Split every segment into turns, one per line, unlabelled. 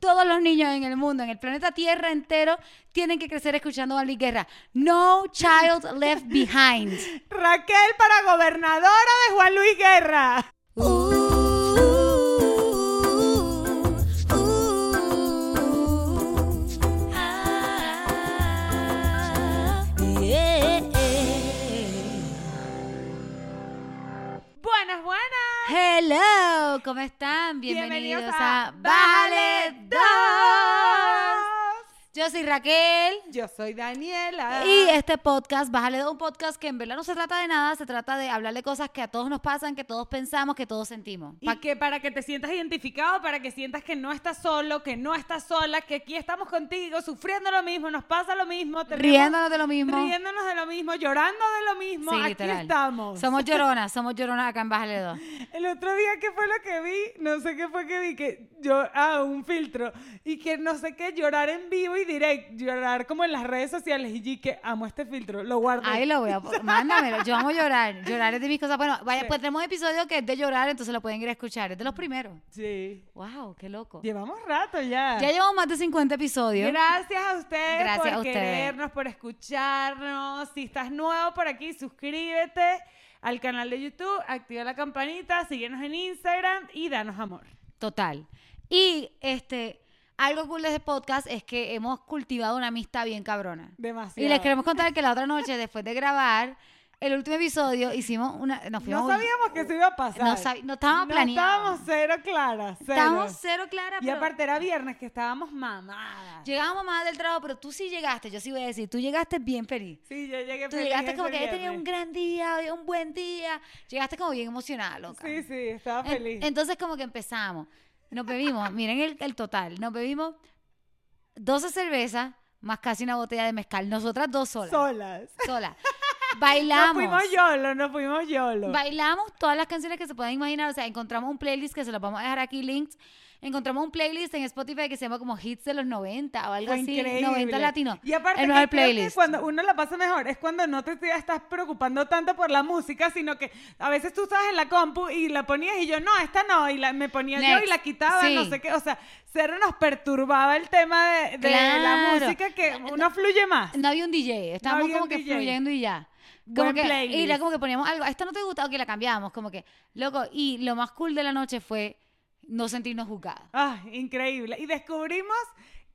todos los niños en el mundo, en el planeta Tierra entero, tienen que crecer escuchando a Luis Guerra. No child left behind.
Raquel para gobernadora de Juan Luis Guerra.
Ah,
Buenas, buenas.
Hello, ¿cómo están? Bienvenidos, a Bájale Dos.
dos.
Yo soy Raquel.
Yo soy Daniela.
Y este podcast, Bájale Dos, un podcast que en verdad no se trata de nada, se trata de hablar de cosas que a todos nos pasan, que todos pensamos, que todos sentimos.
Y
Pa-
que para que te sientas identificado, para que sientas que no estás solo, que no estás sola, que aquí estamos contigo, sufriendo lo mismo, nos pasa lo mismo, tenemos-
riéndonos de lo mismo.
riéndonos de lo mismo, llorando de lo mismo,
Sí,
aquí
literal.
estamos.
Somos lloronas, somos lloronas acá en Bájale Dos.
El otro día, ¿qué fue lo que vi? No sé qué fue que vi, que yo, ah, un filtro, y que no sé qué, llorar en vivo y directo, llorar como en las redes sociales, y yo que amo este filtro, lo guardo.
Ahí lo voy a po- mándamelo. Yo amo llorar. Llorar es de mis cosas. Bueno, vaya, pues tenemos un episodio que es de llorar, entonces lo pueden ir a escuchar. Es de los primeros.
Sí.
Wow, qué loco.
Llevamos rato ya.
Ya llevamos más de 50 episodios.
Gracias a ustedes
Gracias
por
a ustedes.
querernos, por escucharnos. Si estás nuevo por aquí, suscríbete al canal de YouTube, activa la campanita, síguenos en Instagram y danos amor.
Total. Y este, algo cool de este podcast es que hemos cultivado una amistad bien cabrona.
Demasiado.
Y les queremos contar que la otra noche, después de grabar el último episodio, hicimos una. Nos fuimos
No sabíamos que eso iba a pasar.
No sabi- no estábamos
estábamos
planeados.
cero claras. Cero.
Estábamos cero claras.
y
pero
aparte era viernes que estábamos mamadas.
Llegábamos más del trabajo, pero tú sí llegaste. Yo sí voy a decir, tú llegaste bien feliz.
sí, yo llegué
Tú
feliz
llegaste
ese
como que "Ay, tenía
viernes.
un gran día, hoy es un buen día. Llegaste como bien emocionada, loca.
Sí, sí, estaba
En-
feliz.
entonces como que empezamos. Nos bebimos, miren el, el total, nos bebimos 12 cervezas más casi una botella de mezcal. Nosotras dos solas.
Solas.
solas.
Nos
Bailamos.
fuimos YOLO, nos fuimos YOLO.
Bailamos todas las canciones que se pueden imaginar. O sea, encontramos un playlist que se los vamos a dejar aquí links. Encontramos un playlist en Spotify que se llama como Hits de los 90 o algo
Fue
así.
increíble.
90 latino.
Y aparte,
el
que
mejor
creo que
playlist.
cuando uno la pasa mejor es cuando no te te estás preocupando tanto por la música, sino que a veces tú estabas en la compu y la ponías y yo, no, esta no, y la, me ponía yo y
Next.
la quitaba, no
Sí.
sé qué. O sea, cero nos perturbaba el tema de, de la
Claro.
música que uno fluye más.
No había un DJ, estábamos
había
como
un
que
DJ.
fluyendo y ya. Como
Buen
que, y
playlist.
era como que poníamos algo, esta no te gusta, ok, la cambiamos, como que, loco, y lo más cool de la noche fue no sentirnos juzgadas,
Ah, increíble. Y descubrimos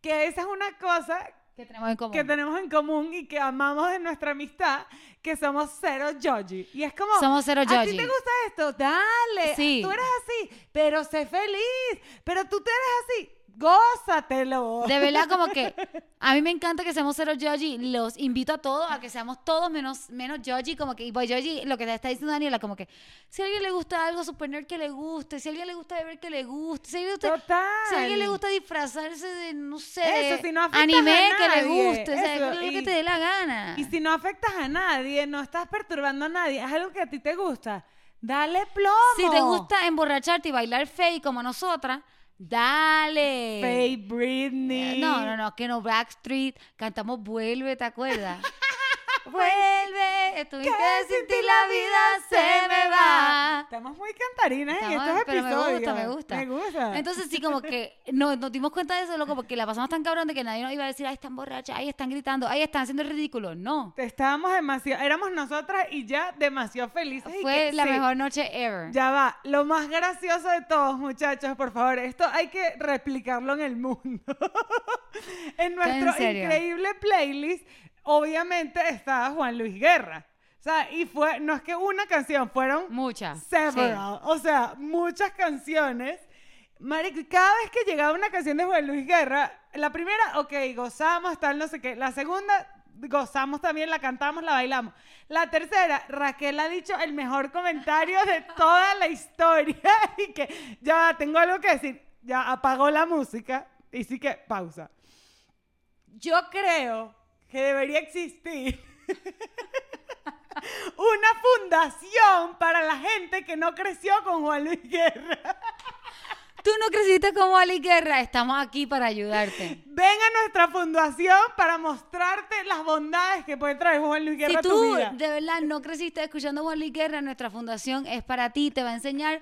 que esa es una cosa
que tenemos en común.
que tenemos en común y que amamos de nuestra amistad, que somos cero Joji. Y es como...
Somos cero
¿A ti
Joji.
te gusta esto? Dale. Ah,
Sí.
Tú eres así, pero sé feliz. Pero tú te eres así. Gózatelo.
De verdad, como que a mí me encanta que seamos cero Joji. Los invito a todos a que seamos todos menos, menos Joji. Como que, y boy Joji, lo que te está diciendo Daniela, como que si a alguien le gusta algo, super nerd que le guste. Si a alguien le gusta beber, que le guste. Si a alguien le gusta,
Total.
si a alguien le gusta disfrazarse de, no sé,
Eso,
de
si no afectas
anime,
a
que le
nadie,
guste. O sea,
eso,
lo que
y-
te dé la gana.
Y si no afectas a nadie, no estás perturbando a nadie, es algo que a ti te gusta. Dale plomo.
Si te gusta emborracharte y bailar fey como nosotras, dale.
Faye Britney.
eh. No, no, no, que no, Backstreet, cantamos Vuelve, ¿te acuerdas? Vuelve, estuviste
Que
sin ti la vida se me va.
Estamos muy cantarinas
Estamos-
en estos
pero
episodios.
me gusta, me gusta.
Me gusta.
Entonces sí, como que no- nos dimos cuenta de eso, loco, porque la pasamos tan cabrón de que nadie nos iba a decir, ay, están borrachas, ay, están gritando, ay, están haciendo el ridículo. No,
Estábamos demasiado, éramos nosotras y ya demasiado felices. y
fue
que
la
sí,
mejor noche ever.
Ya va, lo más gracioso de todos, muchachos, por favor, esto hay que replicarlo en el mundo. en nuestro
serio.
increíble playlist, obviamente estaba Juan Luis Guerra. O sea, y fue, no es que una canción, fueron
Mucha. sí.
several, o sea, muchas canciones. Marico, y cada vez que llegaba una canción de Juan Luis Guerra, la primera, ok, gozamos, tal, no sé qué. La segunda, gozamos también, la cantamos, la bailamos. La tercera, Raquel ha dicho el mejor comentario de toda la historia y que ya tengo algo que decir. Ya apagó la música y sí que pausa. Yo creo que debería existir una fundación para la gente que no creció con Juan Luis Guerra.
Tú no creciste como Ali Guerra, estamos aquí para ayudarte.
Ven a nuestra fundación para mostrarte las bondades que puede traer Juan Luis Guerra
Si
a tu
tú
vida.
de verdad no creciste escuchando Juan Luis Guerra, nuestra fundación es para ti, te va a enseñar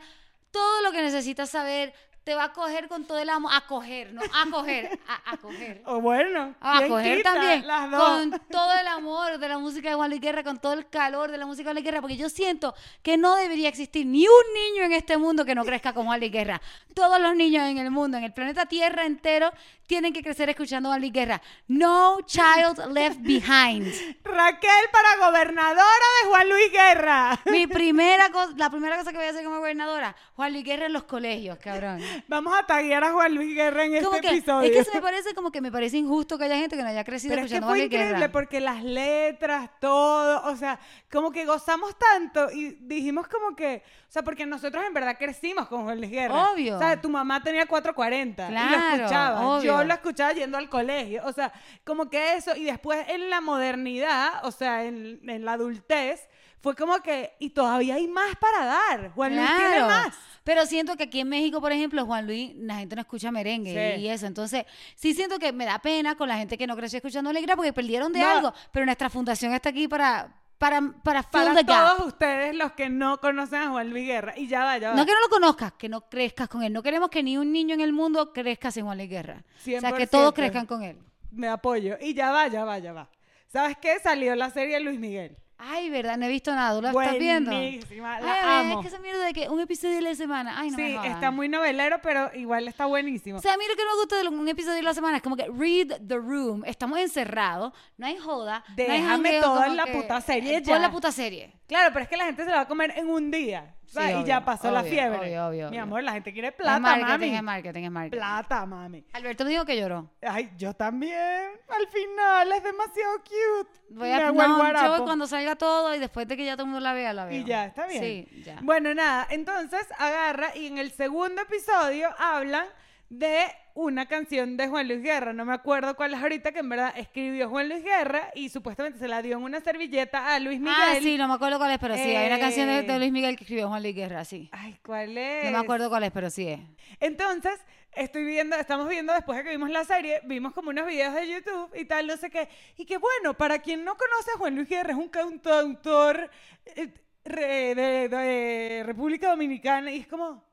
todo lo que necesitas saber. te va a coger con todo el amo. A coger, no, a coger, a, a coger.
O bueno,
Ah, A
¿quién
coger
quita?
también.
Las dos.
Con todo el amor de la música de Juan Luis Guerra, con todo el calor de la música de Juan Luis Guerra, porque yo siento que no debería existir ni un niño en este mundo que no crezca con Juan Luis Guerra. Todos los niños en el mundo, en el planeta Tierra entero, tienen que crecer escuchando a Juan Luis Guerra. No child left behind.
Raquel para gobernadora de Juan Luis Guerra.
Mi primera cosa, la primera cosa que voy a hacer como gobernadora, Juan Luis Guerra en los colegios, cabrón.
Vamos a taguear a Juan Luis Guerra en
Como
este
que,
episodio.
es que se me parece como que me parece injusto que haya gente que no haya crecido
Pero es que
escuchando
fue
Juan Luis
increíble
Guerra.
porque las letras, todo, o sea, como que gozamos tanto y dijimos como que, o sea, porque nosotros en verdad crecimos con Juan Luis Guerra.
Obvio.
O sea, tu mamá tenía 440 y lo
Claro,
escuchaba. Yo
obvio.
lo escuchaba yendo al colegio, o sea, como que eso. Y después en la modernidad, o sea, en, en la adultez, fue como que, y todavía hay más para dar. Juan Luis tiene
Claro.
más.
Pero siento que aquí en México, por ejemplo, Juan Luis, la gente no escucha merengue
Sí.
y eso. Entonces, sí siento que me da pena con la gente que no creció escuchando Alegra porque perdieron de
No.
algo. Pero nuestra fundación está aquí para, para, para fill
Para
the gap.
todos ustedes los que no conocen a Juan Luis Guerra. Y ya va, ya va.
No que no lo conozcas, que no crezcas con él. No queremos que ni un niño en el mundo crezca sin Juan Luis Guerra. O sea, que
100%.
todos crezcan con él.
Me apoyo. Y ya va, ya va, ya va. ¿Sabes qué? Salió la serie de Luis Miguel.
Ay, verdad, no he visto nada. ¿Tú la estás viendo?
Buenísima, la
Ay, a ver,
amo.
Es que esa mierda de que un episodio de la semana. Ay, no me
sí,
jodan.
está muy novelero, pero igual está buenísimo.
O sea, a mí lo que no me gusta de lo- un episodio de la semana es como que read the room. Estamos encerrados, no hay joda. no hay
Déjame
jangueo,
todo
como
en la
que,
puta serie
eh,
ya.
Pon la puta serie.
Claro, pero es que la gente se la va a comer en un día. ¿sabes?
Sí,
y ya
obvio,
pasó la
obvio,
fiebre.
obvio, obvio,
Mi
obvio.
amor, la gente quiere plata,
es marketing,
mami.
es marketing, es marketing.
Plata, mami.
Alberto me dijo que lloró.
Ay, yo también. Al final es demasiado cute.
Voy
Me
a,
hago el
no, yo
guarapo.
voy cuando salga todo y después de que ya todo el mundo la vea, la veo.
Y ya, está bien.
Sí, ya.
Bueno, nada, entonces agarra y en el segundo episodio hablan de una canción de Juan Luis Guerra. No me acuerdo cuál es ahorita, que en verdad escribió Juan Luis Guerra y supuestamente se la dio en una servilleta a Luis Miguel.
Ah, sí, no me acuerdo cuál es, pero sí. Hay una canción de, de
Eh.
Luis Miguel que escribió Juan Luis Guerra, sí.
Ay, ¿cuál es?
No me acuerdo cuál es, pero sí es.
Entonces, estoy viendo, estamos viendo después de que vimos la serie, vimos como unos videos de YouTube y tal, no sé qué. Y que bueno, para quien no conoce a Juan Luis Guerra, es un cantautor eh, re- de, de República Dominicana y es como,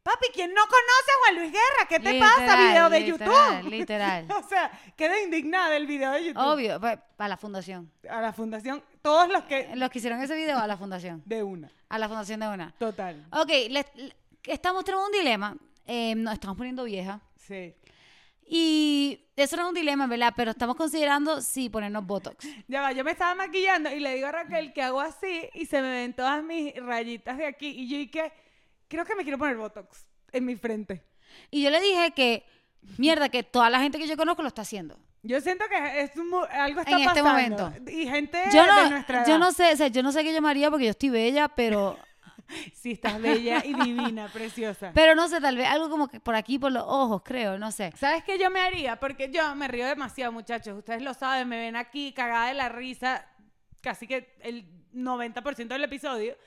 papi, quien no conoce a Juan Luis Guerra, ¿qué te pasa, video
Literal,
de
literal,
YouTube?
Literal.
o sea, quedé indignada del video de YouTube.
Obvio, pa- para la fundación.
A la fundación, todos los que...
Los que hicieron ese video, a la fundación.
De una,
A la fundación de una.
total.
Ok, le- le- estamos tenemos un dilema. Eh, nos estamos poniendo vieja.
Sí.
Y eso no es un dilema, ¿verdad? Pero estamos considerando si ponernos Botox.
Ya va, yo me estaba maquillando y le digo a Raquel que hago así y se me ven todas mis rayitas de aquí. Y yo dije, creo que me quiero poner Botox en mi frente.
Y yo le dije que, mierda, que toda la gente que yo conozco lo está haciendo.
Yo siento que es un mo- algo está
En este
pasando.
momento.
Y gente
Yo
Eh, de
no,
nuestra edad.
yo no sé, o sea, yo no sé qué llamaría porque yo estoy bella, pero,
Sí, estás bella y divina, preciosa.
pero no sé, tal vez algo como que por aquí, por los ojos, creo, no sé.
¿Sabes qué yo me haría? Porque yo me río demasiado, muchachos. Ustedes lo saben, me ven aquí cagada de la risa casi que el 90% del episodio.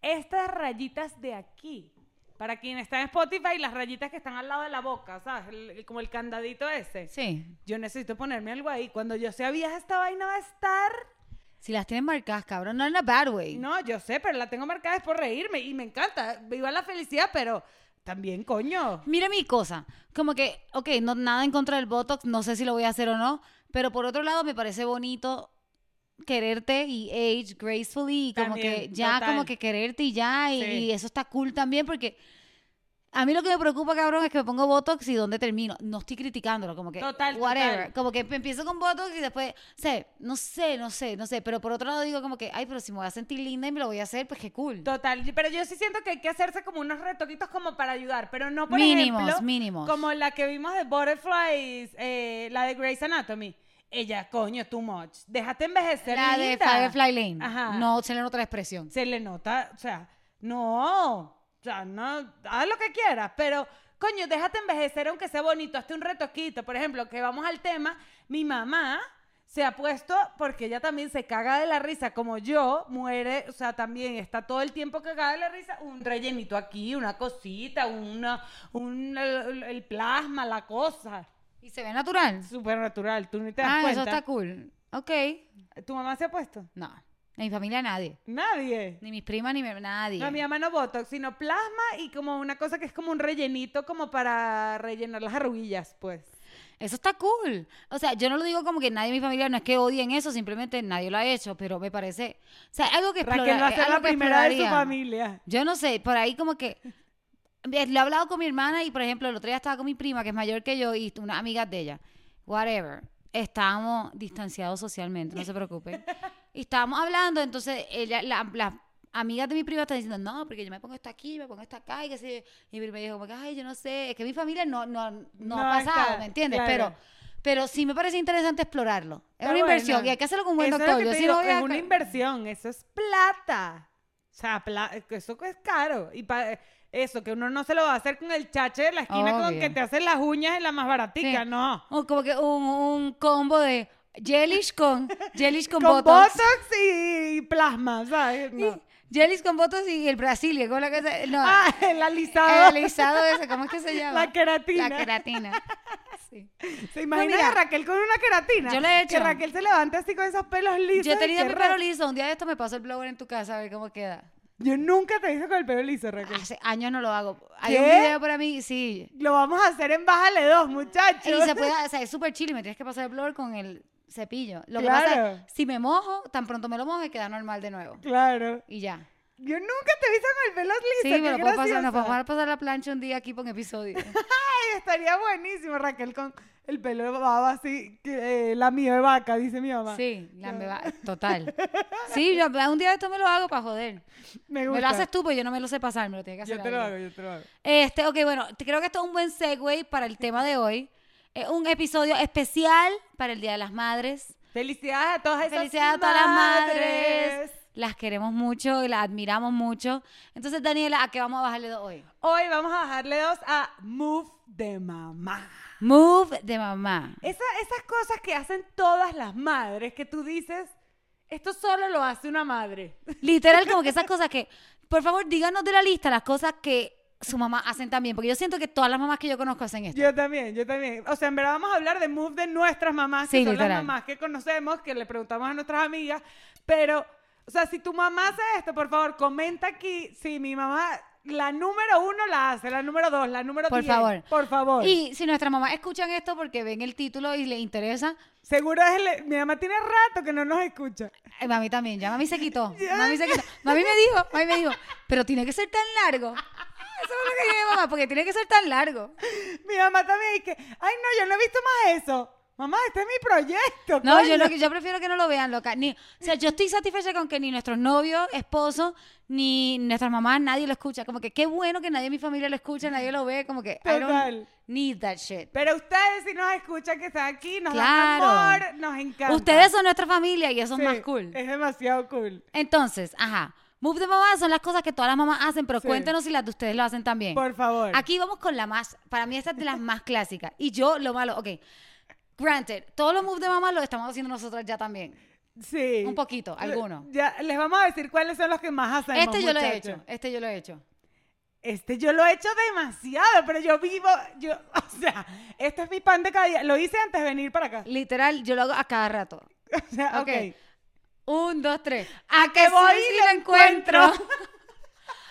Estas rayitas de aquí, para quien está en Spotify, las rayitas que están al lado de la boca, ¿sabes? El- el- como el candadito ese.
Sí.
Yo necesito ponerme algo ahí. Cuando yo sea vieja, esta vaina va a estar...
Si las tienen marcadas, cabrón, no en a bad way.
No, yo sé, pero la tengo marcada es por reírme y me encanta. Viva la felicidad, pero también, coño.
Mira mi cosa, como que, ok, no, nada en contra del Botox, no sé si lo voy a hacer o no, pero por otro lado me parece bonito quererte y age gracefully y como
También,
que ya,
total.
como que quererte y ya, y,
Sí.
y eso está cool también porque a mí lo que me preocupa, cabrón, es que me pongo Botox y dónde termino. No estoy criticándolo, como que,
Total,
whatever,
total.
como que empiezo con Botox y después, sé, no sé, no sé, no sé, pero por otro lado digo como que, ay, pero si me voy a sentir linda y me lo voy a hacer, pues qué cool.
Total, y- pero yo sí siento que hay que hacerse como unos retoquitos como para ayudar, pero no por
Mínimos,
ejemplo,
mínimos.
como la que vimos de Butterflies, eh, la de Grey's Anatomy. Ella, coño, too much. Déjate envejecer,
La de
linda.
Firefly Lane.
Ajá.
No, se le nota la expresión.
Se le nota, o sea, no, o sea, no, haz lo que quieras, pero coño, déjate envejecer aunque sea bonito, hazte un retoquito. Por ejemplo, que vamos al tema, mi mamá se ha puesto, porque ella también se caga de la risa, como yo, muere, o sea, también está todo el tiempo cagada de la risa, un rellenito aquí, una cosita, una, un, el, el plasma, la cosa.
Y se ve natural.
Súper natural, tú ni te das
Ah, eso
cuenta.
está cool. Ok.
¿Tu mamá se ha puesto?
No. En mi familia nadie.
Nadie.
Ni mis primas, ni mi- nadie.
No, mi mamá no botox, sino plasma y como una cosa que es como un rellenito como para rellenar las arruguillas, pues.
Eso está cool. O sea, yo no lo digo como que nadie en mi familia, no es que odien eso, simplemente nadie lo ha hecho, pero me parece. O sea, algo que
Raquel
explora- eh,
va a ser
algo
la
que
primera de su
exploraríamos.
familia.
Yo no sé, por ahí como que. eh, Lo he hablado con mi hermana y, por ejemplo, el otro día estaba con mi prima, que es mayor que yo, y una amiga de ella. Whatever. Estábamos distanciados socialmente, no se preocupen. Y estábamos hablando, entonces ella, la- las amigas de mi prima están diciendo, no, porque yo me pongo esto aquí, me pongo esto acá, y que sé yo". Y mi prima dijo, como que, ay, yo no sé, es que mi familia no, no, no,
No
ha
está,
pasado, ¿me entiendes?
claro.
Pero pero sí me parece interesante explorarlo. Es
Está
una inversión
bueno.
y hay que hacerlo con un buen
Eso es lo
doctor.
que
Yo
te
sí
digo,
no voy a
es una
ca-
inversión, eso es plata. O sea, pla- eso es caro. Y pa- eso, que uno no se lo va a hacer con el chache de la esquina con
Obvio.
que te hacen las uñas en la más baratica,
Sí.
no.
O Oh, como que un, un combo de Jellish con Jellish con,
Con
botox.
botox, y plasma, ¿sabes? No.
Jellish con botox y el Brasilia, ¿cómo la cosa? No,
Ah, el
el
alisado.
alisado ese, ¿cómo es que se llama?
La queratina.
La queratina. Sí.
¿Se imagina
Pues mira.
a Raquel con una queratina?
Yo la he
Que
hecho.
Raquel se levante así con esos pelos lisos.
Yo he
y
tenido
que
mi
ra-
pelo liso, un día de esto me paso el blower en tu casa a ver cómo queda.
Yo nunca te hice con el pelo liso, Raquel.
Hace años no lo hago. Hay un
¿Qué?
video para mí, sí.
Lo vamos a hacer en Bájale 2, muchachos.
Y se puede, o sea, es súper chill y me tienes que pasar el blower con el cepillo. Lo que
Claro.
pasa es, si me mojo, tan pronto me lo mojo y queda normal de nuevo.
Claro.
Y ya.
Yo nunca te he visto con el pelo liso.
Sí,
qué
me lo puedo pasar,
graciosa.
nos podemos pasar la plancha un día aquí por un episodio.
Ay, estaría buenísimo, Raquel, con el pelo de baba así, que, eh, la mía de vaca, dice mi mamá.
Sí, la me va, total. Sí, yo, ah, un día de esto me lo hago para joder.
Me gusta.
Me lo haces tú, pues yo no me lo sé pasar, me lo tiene que hacer.
Yo te lo hago,
alguien.
yo te lo hago.
Este, ok, bueno, te- creo que esto es un buen segue para el tema de hoy. Es un episodio especial para el Día de las Madres.
Felicidades a todas esas
Felicidades a todas las madres. Las queremos mucho y las admiramos mucho. Entonces, Daniela, ¿a qué vamos a bajarle dos hoy?
Hoy vamos a bajarle dos a Move de Mamá.
Move de mamá.
Esa- esas cosas que hacen todas las madres, que tú dices, esto solo lo hace una madre.
Literal, como que esas cosas que, por favor, díganos de la lista las cosas que su mamá hacen también, porque yo siento que todas las mamás que yo conozco hacen esto.
Yo también, yo también. O sea, en verdad vamos a hablar de move de nuestras mamás, que
Sí,
son las
literal.
mamás que conocemos, que le preguntamos a nuestras amigas. Pero, o sea, si tu mamá hace esto, por favor, comenta aquí si mi mamá, la número uno la hace, la número dos, la número
Por
diez.
favor.
Por favor.
Y si nuestras mamás escuchan esto porque ven el título y les interesa,
Seguro es el- mi mamá tiene rato que no nos escucha.
eh, mami también, ya mami se quitó. Mami se quitó. Mami me dijo, mami me dijo, pero tiene que ser tan largo. Eso es lo que dije, mamá, porque tiene que ser tan largo.
Mi mamá también dice, ay no, yo no he visto más eso. Mamá, este es mi proyecto.
No,
coño".
yo, lo que- yo prefiero que no lo vean, loca. Ni, o sea, yo estoy satisfecha con que ni nuestros novios, esposos, ni nuestras mamás, nadie lo escucha. Como que qué bueno que nadie en mi familia lo escucha, nadie lo ve. Como que I don't
Total.
need that shit.
Pero ustedes si nos escuchan que están aquí, nos
Claro.
dan amor, nos encanta.
Ustedes son nuestra familia y eso
Sí,
es más cool.
Es demasiado cool.
Entonces, ajá. Move de mamá son las cosas que todas las mamás hacen, pero
Sí.
cuéntenos si las de ustedes lo hacen también.
Por favor.
Aquí vamos con la más, para mí esta es de las más clásicas. Y yo, lo malo, ok. Granted, todos los moves de mamá los estamos haciendo nosotras ya también.
Sí.
Un poquito,
Le-
alguno.
Ya, les vamos a decir cuáles son los que más hacemos.
Este yo lo he
muchachos.
hecho, este yo lo he hecho.
Este yo lo he hecho demasiado, pero yo vivo, yo, o sea, esto es mi pan de cada día. Lo hice antes de venir para acá.
Literal, yo lo hago a cada rato.
O sea, ok.
Ok. Un, dos, tres. A que
que voy
voy
y
y
lo
lo encuentro.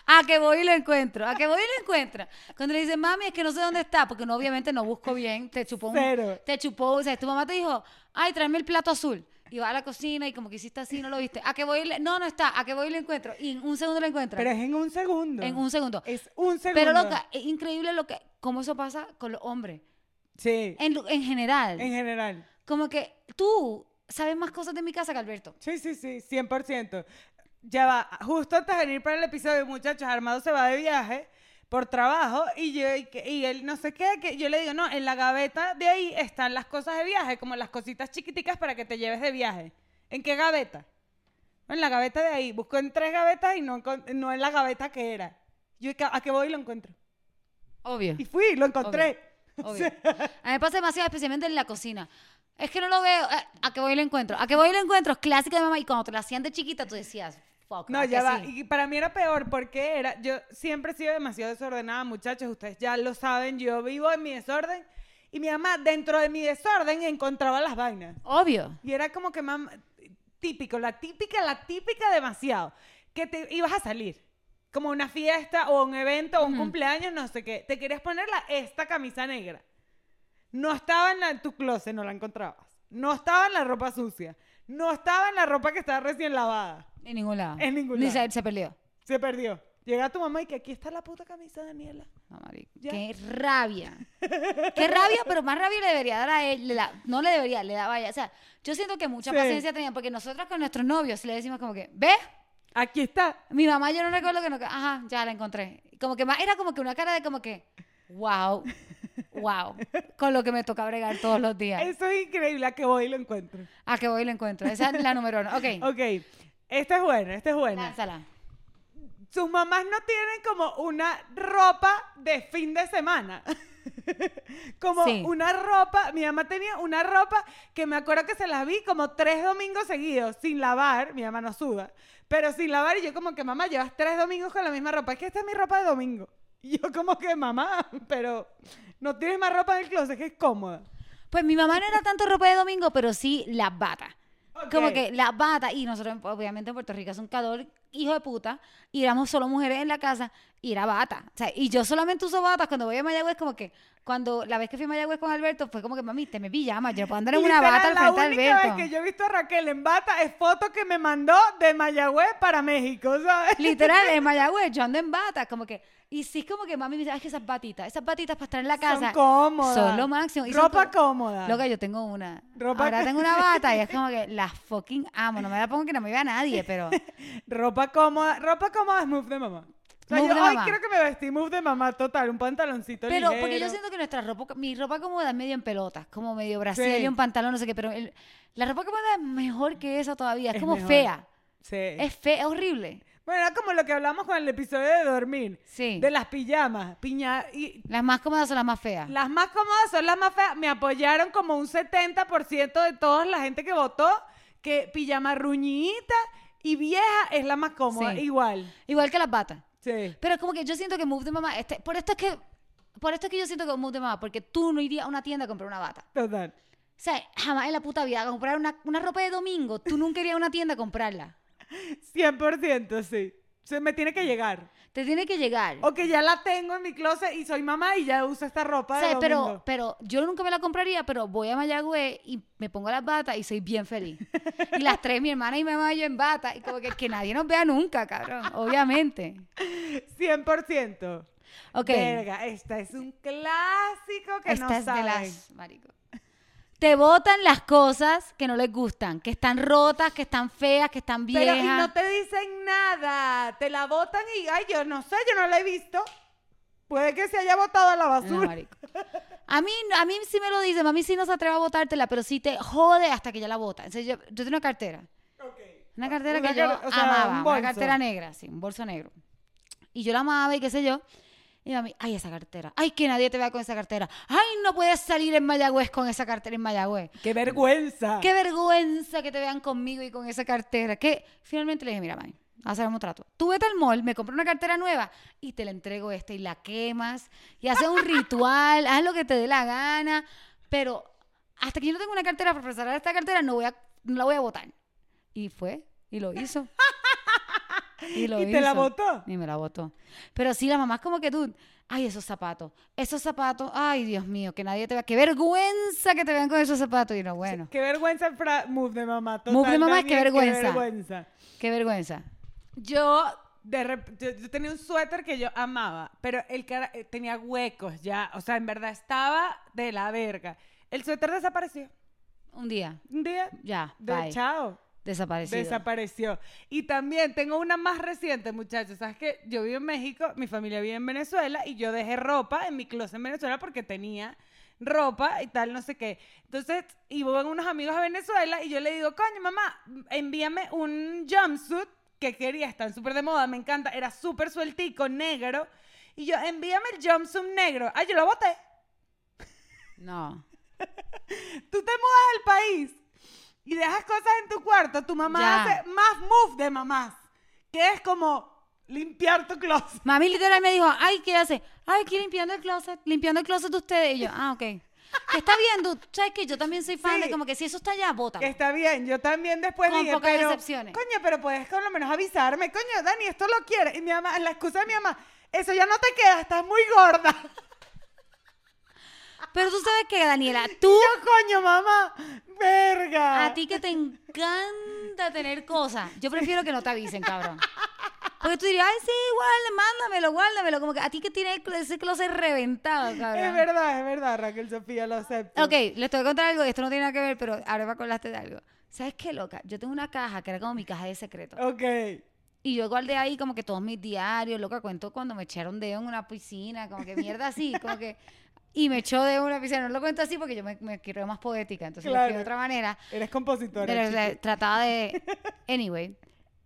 A que voy y lo encuentro. A que voy y lo encuentro. Cuando le dicen, mami, es que no sé dónde está, porque no, obviamente no busco bien. Te chupó un-
Cero.
Te chupó. O sea, tu mamá te dijo, ay, tráeme el plato azul. Y va a la cocina y como que hiciste así, no lo viste. A que voy y le- No, no está. A que voy y lo encuentro. Y en un segundo lo encuentro.
Pero es en un segundo.
en un segundo.
Es un segundo.
Pero loca, es increíble lo que, cómo eso pasa con los hombres.
Sí.
En, lu- en general.
En general.
Como que tú sabes más cosas de mi casa que Alberto.
Sí, sí, sí, 100%. Ya va, justo antes de venir para el episodio, muchachos, Armado se va de viaje por trabajo y yo y, que- y él no sé qué, que yo le digo, no, en la gaveta de ahí están las cosas de viaje, como las cositas chiquiticas para que te lleves de viaje. ¿En qué gaveta? "No, En la gaveta de ahí. Busco en tres gavetas y no, encon- no en la gaveta que era. Yo "¿Qué- a qué voy y lo encuentro.
Obvio.
Y fui, lo encontré. O
Obvio.
sea,
A mí me pasa demasiado, especialmente en la cocina. Es que no lo veo. eh, ¿A qué voy y lo encuentro? ¿A qué voy y lo encuentro? Es clásica de mamá. Y cuando te la hacían de chiquita, tú decías, fuck.
No,
¿a Ah, que
ya va.
sí?
Y para mí era peor porque era. Yo siempre he sido demasiado desordenada, muchachos. Ustedes ya lo saben. Yo vivo en mi desorden. Y mi mamá, dentro de mi desorden, encontraba las vainas.
Obvio.
Y era como que, mamá, típico, la típica, la típica demasiado, que te ibas a salir, como una fiesta o un evento o un
Ujú.
cumpleaños, no sé qué, te querías poner la, esta camisa negra. No estaba en, la- en tu closet, no la encontrabas. No estaba en la ropa sucia. No estaba en la ropa que estaba recién lavada.
En ningún lado.
En ningún
Ni
lado.
Se, se perdió.
Se perdió. Llega tu mamá y que aquí está la puta camisa, Daniela.
No, marico.
Ya.
Qué rabia. Qué rabia, pero más rabia le debería dar a él. le da- no le debería, le daba a ella. O sea, yo siento que mucha
Sí.
paciencia tenía, porque nosotros con nuestros novios le decimos como que, ¿ves?
Aquí está.
Mi mamá yo no recuerdo que no, ajá, ya la encontré. Como que más era como que una cara de como que, wow, wow, con lo que me toca bregar todos los días.
Eso es increíble. A que voy y lo encuentro.
A que voy y la encuentro. Esa es la número uno. Ok,
Ok. Esta es buena, esta es buena.
lánzala.
Sus mamás no tienen como una ropa de fin de semana. como
Sí.
una ropa. Mi mamá tenía una ropa que me acuerdo que se las vi como tres domingos seguidos, sin lavar. Mi mamá no suda. Pero sin lavar, y yo como que, mamá, llevas tres domingos con la misma ropa. Es que esta es mi ropa de domingo. Y yo como que, mamá, pero no tienes más ropa en el closet, que es cómoda.
Pues mi mamá no era tanto ropa de domingo, pero sí la bata. Como
Ok.
que la bata, y nosotros en- obviamente en Puerto Rico es un calor hijo de puta, y éramos solo mujeres en la casa, y era bata. O sea, y yo solamente uso batas cuando voy a Mayagüez, como que cuando la vez que fui a Mayagüez con Alberto, fue como que mami, te me pijama, yo no puedo andar en una
Literal,
bata al
la
frente de
única
Alberto.
vez que yo he visto a Raquel en bata es foto que me mandó de Mayagüez para México, ¿sabes?
Literal, en Mayagüez, yo ando en bata, como que, y sí es como que mami me dice, "Ay, que esas batitas, esas batitas para estar en la casa.
Son cómodas.
Son lo máximo. Y son
Ropa
como-
cómoda.
Loca, yo tengo una.
Ropa
Ahora
que-
tengo una bata y es como que la fucking amo. No me la pongo que no me vea nadie, pero
Ropa cómoda. Ropa cómoda es move de mamá. O sea,
Move
yo
de
hoy
mamá.
creo que me vestí move de mamá total, un pantaloncito
Pero
ligero.
porque yo siento que nuestra ropa, mi ropa cómoda es medio en pelotas, como medio Brasil
Sí.
y un pantalón, no sé qué, pero el- la ropa cómoda es mejor que esa todavía, es,
Es
como
mejor.
fea,
Sí.
es fea, es horrible.
Bueno, era como lo que hablamos con el episodio de dormir.
Sí.
De las pijamas. Piña... Y
Las más cómodas son las más feas.
las más cómodas son las más feas. Me apoyaron como un 70% de toda la gente que votó que pijama ruñita y vieja es la más cómoda.
Sí.
Igual.
Igual que las batas.
Sí.
Pero es como que yo siento que Move de Mamá, este, por esto es que, por esto es que yo siento que Move de Mamá, porque tú no irías a una tienda a comprar una bata.
Total.
O sea, jamás en la puta vida a comprar una, una ropa de domingo, tú nunca irías a una tienda a comprarla.
100% sí. Se me tiene que llegar.
Te tiene que llegar.
O que ya la tengo en mi closet y soy mamá y ya uso esta ropa de
¿Sabes? Pero,
domingo.
pero yo nunca me la compraría, pero voy a Mayagüez y me pongo las batas y soy bien feliz. Y las tres, mi hermana y mi mamá y yo en bata. Y como que, que nadie nos vea nunca, cabrón. Obviamente.
100%.
Ok.
Verga, esta es un clásico que
Esta
no
es de
saben.
las, marico. Te botan las cosas que no les gustan, que están rotas, que están feas, que están
Pero
viejas.
y no te dicen nada. Te la botan y, ay, yo no sé, yo no la he visto. Puede que se haya botado a la
No,
basura.
marico. A mí, a mí sí me lo dicen, a mí sí no se atreve a botártela, pero sí te jode hasta que ya la bota. Entonces, yo, yo tengo una cartera. Una cartera
Una
que
car-
yo
o sea, un
amaba,
bolso.
una cartera negra, sí, un bolso negro. Y yo la amaba y qué sé yo. Y mami, ay, esa cartera. Ay, que nadie te vea con esa cartera. Ay, no puedes salir en Mayagüez con esa cartera en Mayagüez.
¡Qué vergüenza!
Qué vergüenza que te vean conmigo y con esa cartera. Que finalmente le dije, mira, mami, vamos a hacer un trato. Tú vete al mall, me compré una cartera nueva y te la entrego esta y la quemas y haces un ritual, haz lo que te dé la gana. Pero hasta que yo no tengo una cartera para preservar esta cartera, no, voy a, no la voy a botar. Y fue, y lo hizo. Y, lo
¿Y te la
hizo.
botó?
Y me la botó. Pero sí, la mamá es como que tú, ay, esos zapatos, esos zapatos, ay, Dios mío, que nadie te vea, qué vergüenza que te vean con esos zapatos. Y no, bueno.
Qué vergüenza el fra- move de mamá. Total,
Move de mamá, qué
Daniel,
vergüenza.
Qué vergüenza.
Qué vergüenza.
Yo, de rep- yo, yo tenía un suéter que yo amaba, pero el cara eh, tenía huecos ya. O sea, en verdad estaba de la verga. El suéter desapareció.
Un día,
Un día,
ya,
de
bye.
chao.
Desaparecido.
Desapareció. Y también tengo una más reciente, muchachos. Sabes que yo vivo en México, mi familia vive en Venezuela y yo dejé ropa en mi closet en Venezuela porque tenía ropa y tal, no sé qué. Entonces, y voy con unos amigos a Venezuela y yo le digo, coño, mamá, envíame un jumpsuit que quería, están súper de moda, me encanta, era súper sueltico, negro. Y yo, envíame el jumpsuit negro. Ah, yo lo boté.
no.
Tú te mudas al país y dejas cosas en tu cuarto. Tu mamá
Ya.
hace más move de mamás, que es como limpiar tu closet.
Mami literal me dijo, ay, ¿qué hace? Ay, aquí limpiando el closet, limpiando el closet de ustedes. Y yo, ah, ok. que está viendo, sabes que yo también soy fan
Sí.
de como que si eso está allá, bótalo.
Que está bien, yo también después
Con
dije,
pocas
pero,
excepciones.
Coño, pero puedes por lo menos avisarme, coño, Dani, esto lo quiere. Y mi mamá, la excusa de mi mamá, eso ya no te queda, estás muy gorda.
Pero tú sabes que, Daniela, tú,
Yo, coño, mamá, verga.
a ti que te encanta tener cosas, yo prefiero que no te avisen, cabrón. Porque tú dirías, ay, sí, guárdame, mándamelo, guárdamelo. Como que a ti que tiene el- ese closet reventado, cabrón.
Es verdad, es verdad, Raquel Sofía, lo acepto.
Ok, les tengo que contar algo, y esto no tiene nada que ver, pero ahora me acordaste de algo. ¿Sabes qué, loca? Yo tengo una caja que era como mi caja de secretos.
Ok.
Y yo guardé ahí como que todos mis diarios, loca, cuento cuando me echaron de en una piscina, como que mierda así, como que... Y me echó de una piscina, no lo cuento así porque yo me, me quiero más poética, entonces lo
Claro.
escribo de otra manera.
Eres compositora.
Pero
chica.
la- trataba de... Anyway.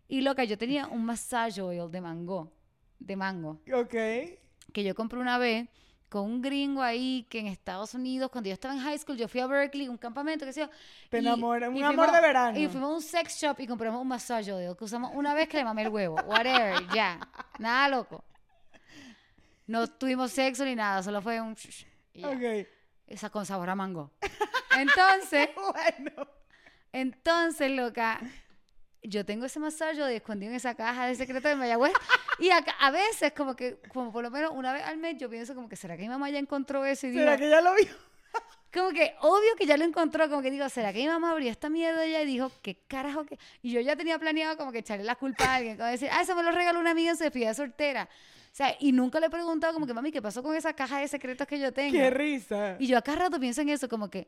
Y loca, yo tenía un massage oil de mango, de mango,
Ok.
que yo compré una vez con un gringo ahí que en Estados Unidos, cuando yo estaba en high school, yo fui a Berkeley, un campamento, qué sé yo.
Te
y-
enamora- un
y
amor de verano.
Y fuimos a un sex shop y compramos un masaje oil que usamos una vez que le mamé el huevo. Whatever, ya. Nada loco. No tuvimos sexo ni nada, solo fue un... shush, y ya.
Ok.
Esa con sabor a mango. Entonces,
Bueno.
entonces, loca, yo tengo ese masaje de escondido en esa caja de secreto de Mayagüez. Y a, a veces, como que, como por lo menos una vez al mes, yo pienso como que, ¿será que mi mamá ya encontró eso? Y dijo,
¿Será que ya lo vio?
como que, obvio que ya lo encontró, como que digo, ¿será que mi mamá abrió esta mierda ya? Y dijo, ¿qué carajo? Que... Y yo ya tenía planeado como que echarle la culpa a alguien, como decir, ah, eso me lo regaló una amiga en su despedida de soltera. O sea, y nunca le he preguntado como que, mami, ¿qué pasó con esa caja de secretos que yo tengo?
Qué risa.
Y yo acá rato pienso en eso, como que,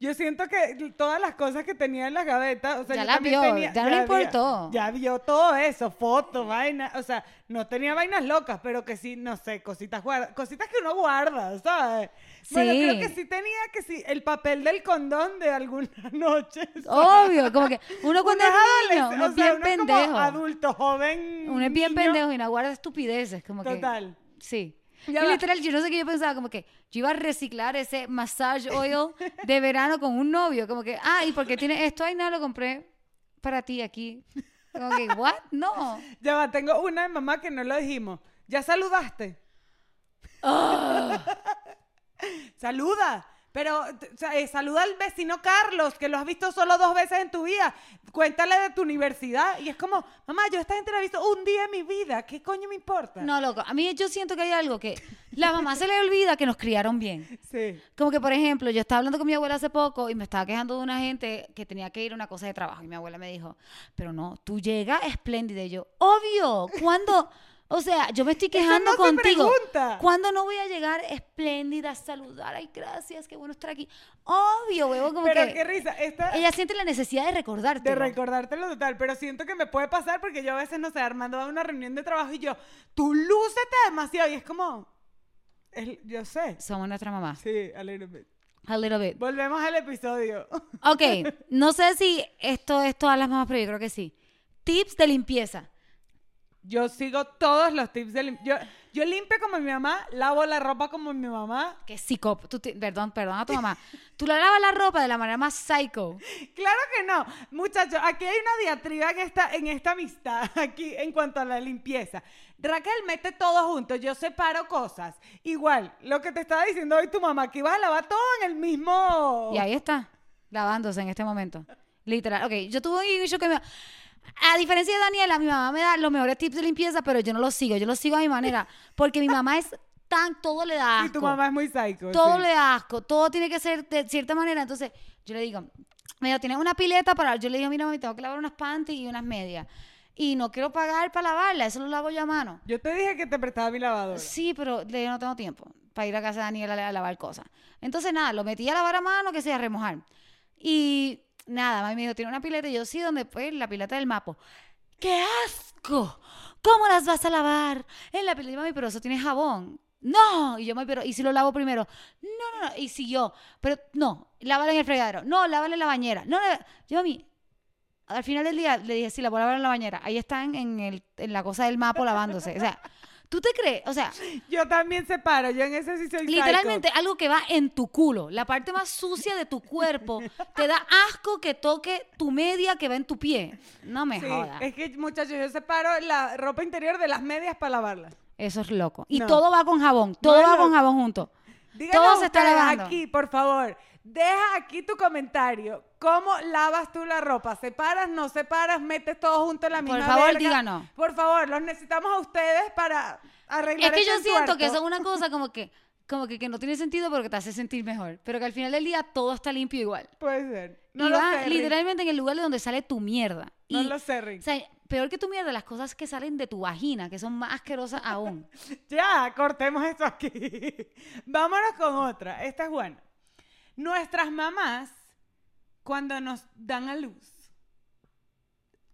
Yo siento que todas las cosas que tenía en las gavetas, o sea,
Ya
yo
la
también
vio,
tenía-
ya no le
vio-
importó.
Ya vio todo eso, fotos, vainas, o sea, no tenía vainas locas, pero que sí, no sé, cositas guarda, cositas que uno guarda, ¿sabes? Bueno,
Sí.
creo que sí tenía que sí, el papel del condón de alguna noche.
obvio, como que uno cuando es niño, uno
o
es
sea,
bien
uno es como
pendejo.
adulto, joven.
Uno es bien
niño.
pendejo y no guarda estupideces, como que...
Total.
Sí.
Ya
y
va.
literal, yo no sé qué yo pensaba, como que yo iba a reciclar ese massage oil de verano con un novio, como que, ah, ¿y por qué tiene esto? Ay, nada, lo compré para ti aquí. Como que, ¿what? No.
Ya va, tengo una de mamá que no lo dijimos. ¿Ya saludaste?
Ah.
Saluda. Pero t- o sea, eh, saluda al vecino Carlos, que lo has visto solo dos veces en tu vida. Cuéntale de tu universidad. Y es como, mamá, yo esta gente la he visto un día en mi vida. ¿Qué coño me importa?
No, loco. A mí yo siento que hay algo que la mamá se le olvida que nos criaron bien.
Sí.
Como que, por ejemplo, yo estaba hablando con mi abuela hace poco y me estaba quejando de una gente que tenía que ir a una cosa de trabajo. Y mi abuela me dijo, pero no, tú llegas espléndida. Y yo, obvio, cuando O sea, yo me estoy quejando
no se
contigo.
pregunta.
¿Cuándo no voy a llegar espléndida a saludar? Ay, gracias, qué bueno estar aquí. Obvio, huevo, como
Pero
que
qué risa. Esta,
ella siente la necesidad de recordarte.
De recordártelo total, pero siento que me puede pasar porque yo a veces, no sé, Armando va a una reunión de trabajo y yo, tú lúcete demasiado. Y es como, es- yo sé.
Somos nuestra mamá.
Sí, a little bit.
A little bit.
Volvemos al episodio.
Ok, no sé si esto es todas las mamás, pero yo creo que sí. Tips de limpieza.
Yo sigo todos los tips de lim- yo, yo limpio como mi mamá, lavo la ropa como mi mamá.
que psico, tú te- perdón, perdón a tu mamá. Tú le lavas la ropa de la manera más psycho.
Claro que no. Muchachos, aquí hay una diatriba en esta, en esta amistad, aquí en cuanto a la limpieza. Raquel mete todo junto, yo separo cosas. Igual, lo que te estaba diciendo hoy tu mamá, que ibas a lavar todo en el mismo...
Y ahí está, lavándose en este momento. Literal. Ok, yo tuve un issue que me... A diferencia de Daniela, mi mamá me da los mejores tips de limpieza, pero yo no los sigo, yo los sigo a mi manera. Porque mi mamá es tan... Todo le da asco.
Y tu mamá es muy psycho.
todo
sí.
le da asco, todo tiene que ser de cierta manera. Entonces, yo le digo, mira, tienes una pileta para. Yo le digo, mira, me tengo que lavar unas panties y unas medias. Y no quiero pagar para lavarla, eso lo lavo yo a mano.
Yo te dije que te prestaba mi lavadora.
Sí, pero le digo, no tengo tiempo para ir a casa de Daniela a lavar cosas. Entonces, nada, lo metí a lavar a mano, que sea, a remojar. Y nada, mami me dijo, tiene una pileta. Y yo, sí, donde pues, la pileta del mapo. ¡Qué asco! ¿Cómo las vas a lavar? En la pileta, Y, mami, pero eso tiene jabón. No, y yo me, pero, ¿y si lo lavo primero? No, no, no, y siguió, pero no, lávalo en el fregadero, no, lávalo en la bañera, no, no, yo a mí, al final del día le dije, sí, la voy a lavar en la bañera, ahí están en, el, en la cosa del mapo lavándose, o sea, ¿tú te crees? O sea,
Yo también separo, yo en ese sí soy psycho.
Literalmente algo que va en tu culo, la parte más sucia de tu cuerpo. Te da asco que toque tu media que va en tu pie. No me
Sí,
jodas.
es que muchachos, yo separo la ropa interior de las medias para lavarlas.
Eso es loco. Y
No.
todo va con jabón, todo
No es
va
loco.
con jabón junto.
Díganos
Todo se está
ustedes
lavando.
aquí, por favor. Deja aquí tu comentario. ¿Cómo lavas tú la ropa? ¿Separas, no separas? ¿Metes todo junto en la
Por
misma
favor,
verga?
díganos.
Por favor, los necesitamos a ustedes para
Es
arreglar
que
este
yo siento que
entuerto.
eso es una cosa como que, como que, que no tiene sentido porque te hace sentir mejor. Pero que al final del día todo está limpio igual.
Puede ser. No
y
lo
va
sé, Rick.
literalmente en el lugar de donde sale tu mierda.
No
y,
lo sé,
o
Rick.
sea, peor que tu mierda, las cosas que salen de tu vagina, que son más asquerosas aún.
Ya, cortemos esto aquí. Vámonos con otra. Esta es buena. Nuestras mamás, cuando nos dan a luz,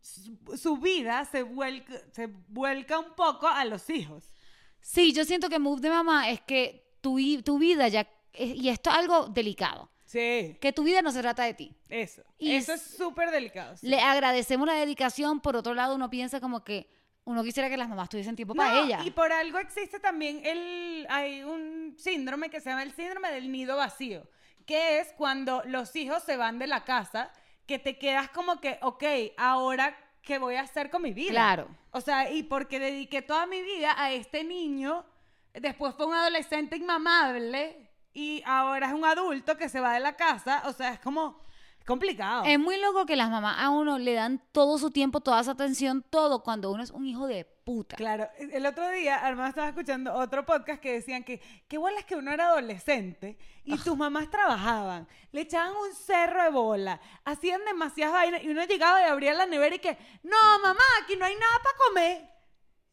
su, su vida se vuelca, se vuelca un poco a los hijos.
Sí, yo siento que move de mamá es que tu, i- tu vida ya, es- y esto es algo delicado,
Sí.
que tu vida no se trata de ti.
Eso.
Y
Eso
es-
es súper delicado. sí.
Le agradecemos la dedicación, por otro lado uno piensa como que uno quisiera que las mamás tuviesen tiempo para
No,
ella.
Y por algo existe también el. Hay un síndrome que se llama el síndrome del nido vacío, que es cuando los hijos se van de la casa, que te quedas como que, ok, ahora, ¿qué voy a hacer con mi vida?
Claro.
O sea, y porque dediqué toda mi vida a este niño, después fue un adolescente inmamable y ahora es un adulto que se va de la casa, o sea, es como. es complicado.
Es muy loco que las mamás a uno le dan todo su tiempo, toda su atención, todo cuando uno es un hijo de puta.
Claro, E, el otro día Armando estaba escuchando otro podcast que decían que qué bolas que uno era adolescente y tus mamás trabajaban, le echaban un cerro de bola, hacían demasiadas vainas y uno llegaba y abría la nevera y que, no, mamá, aquí no hay nada para comer.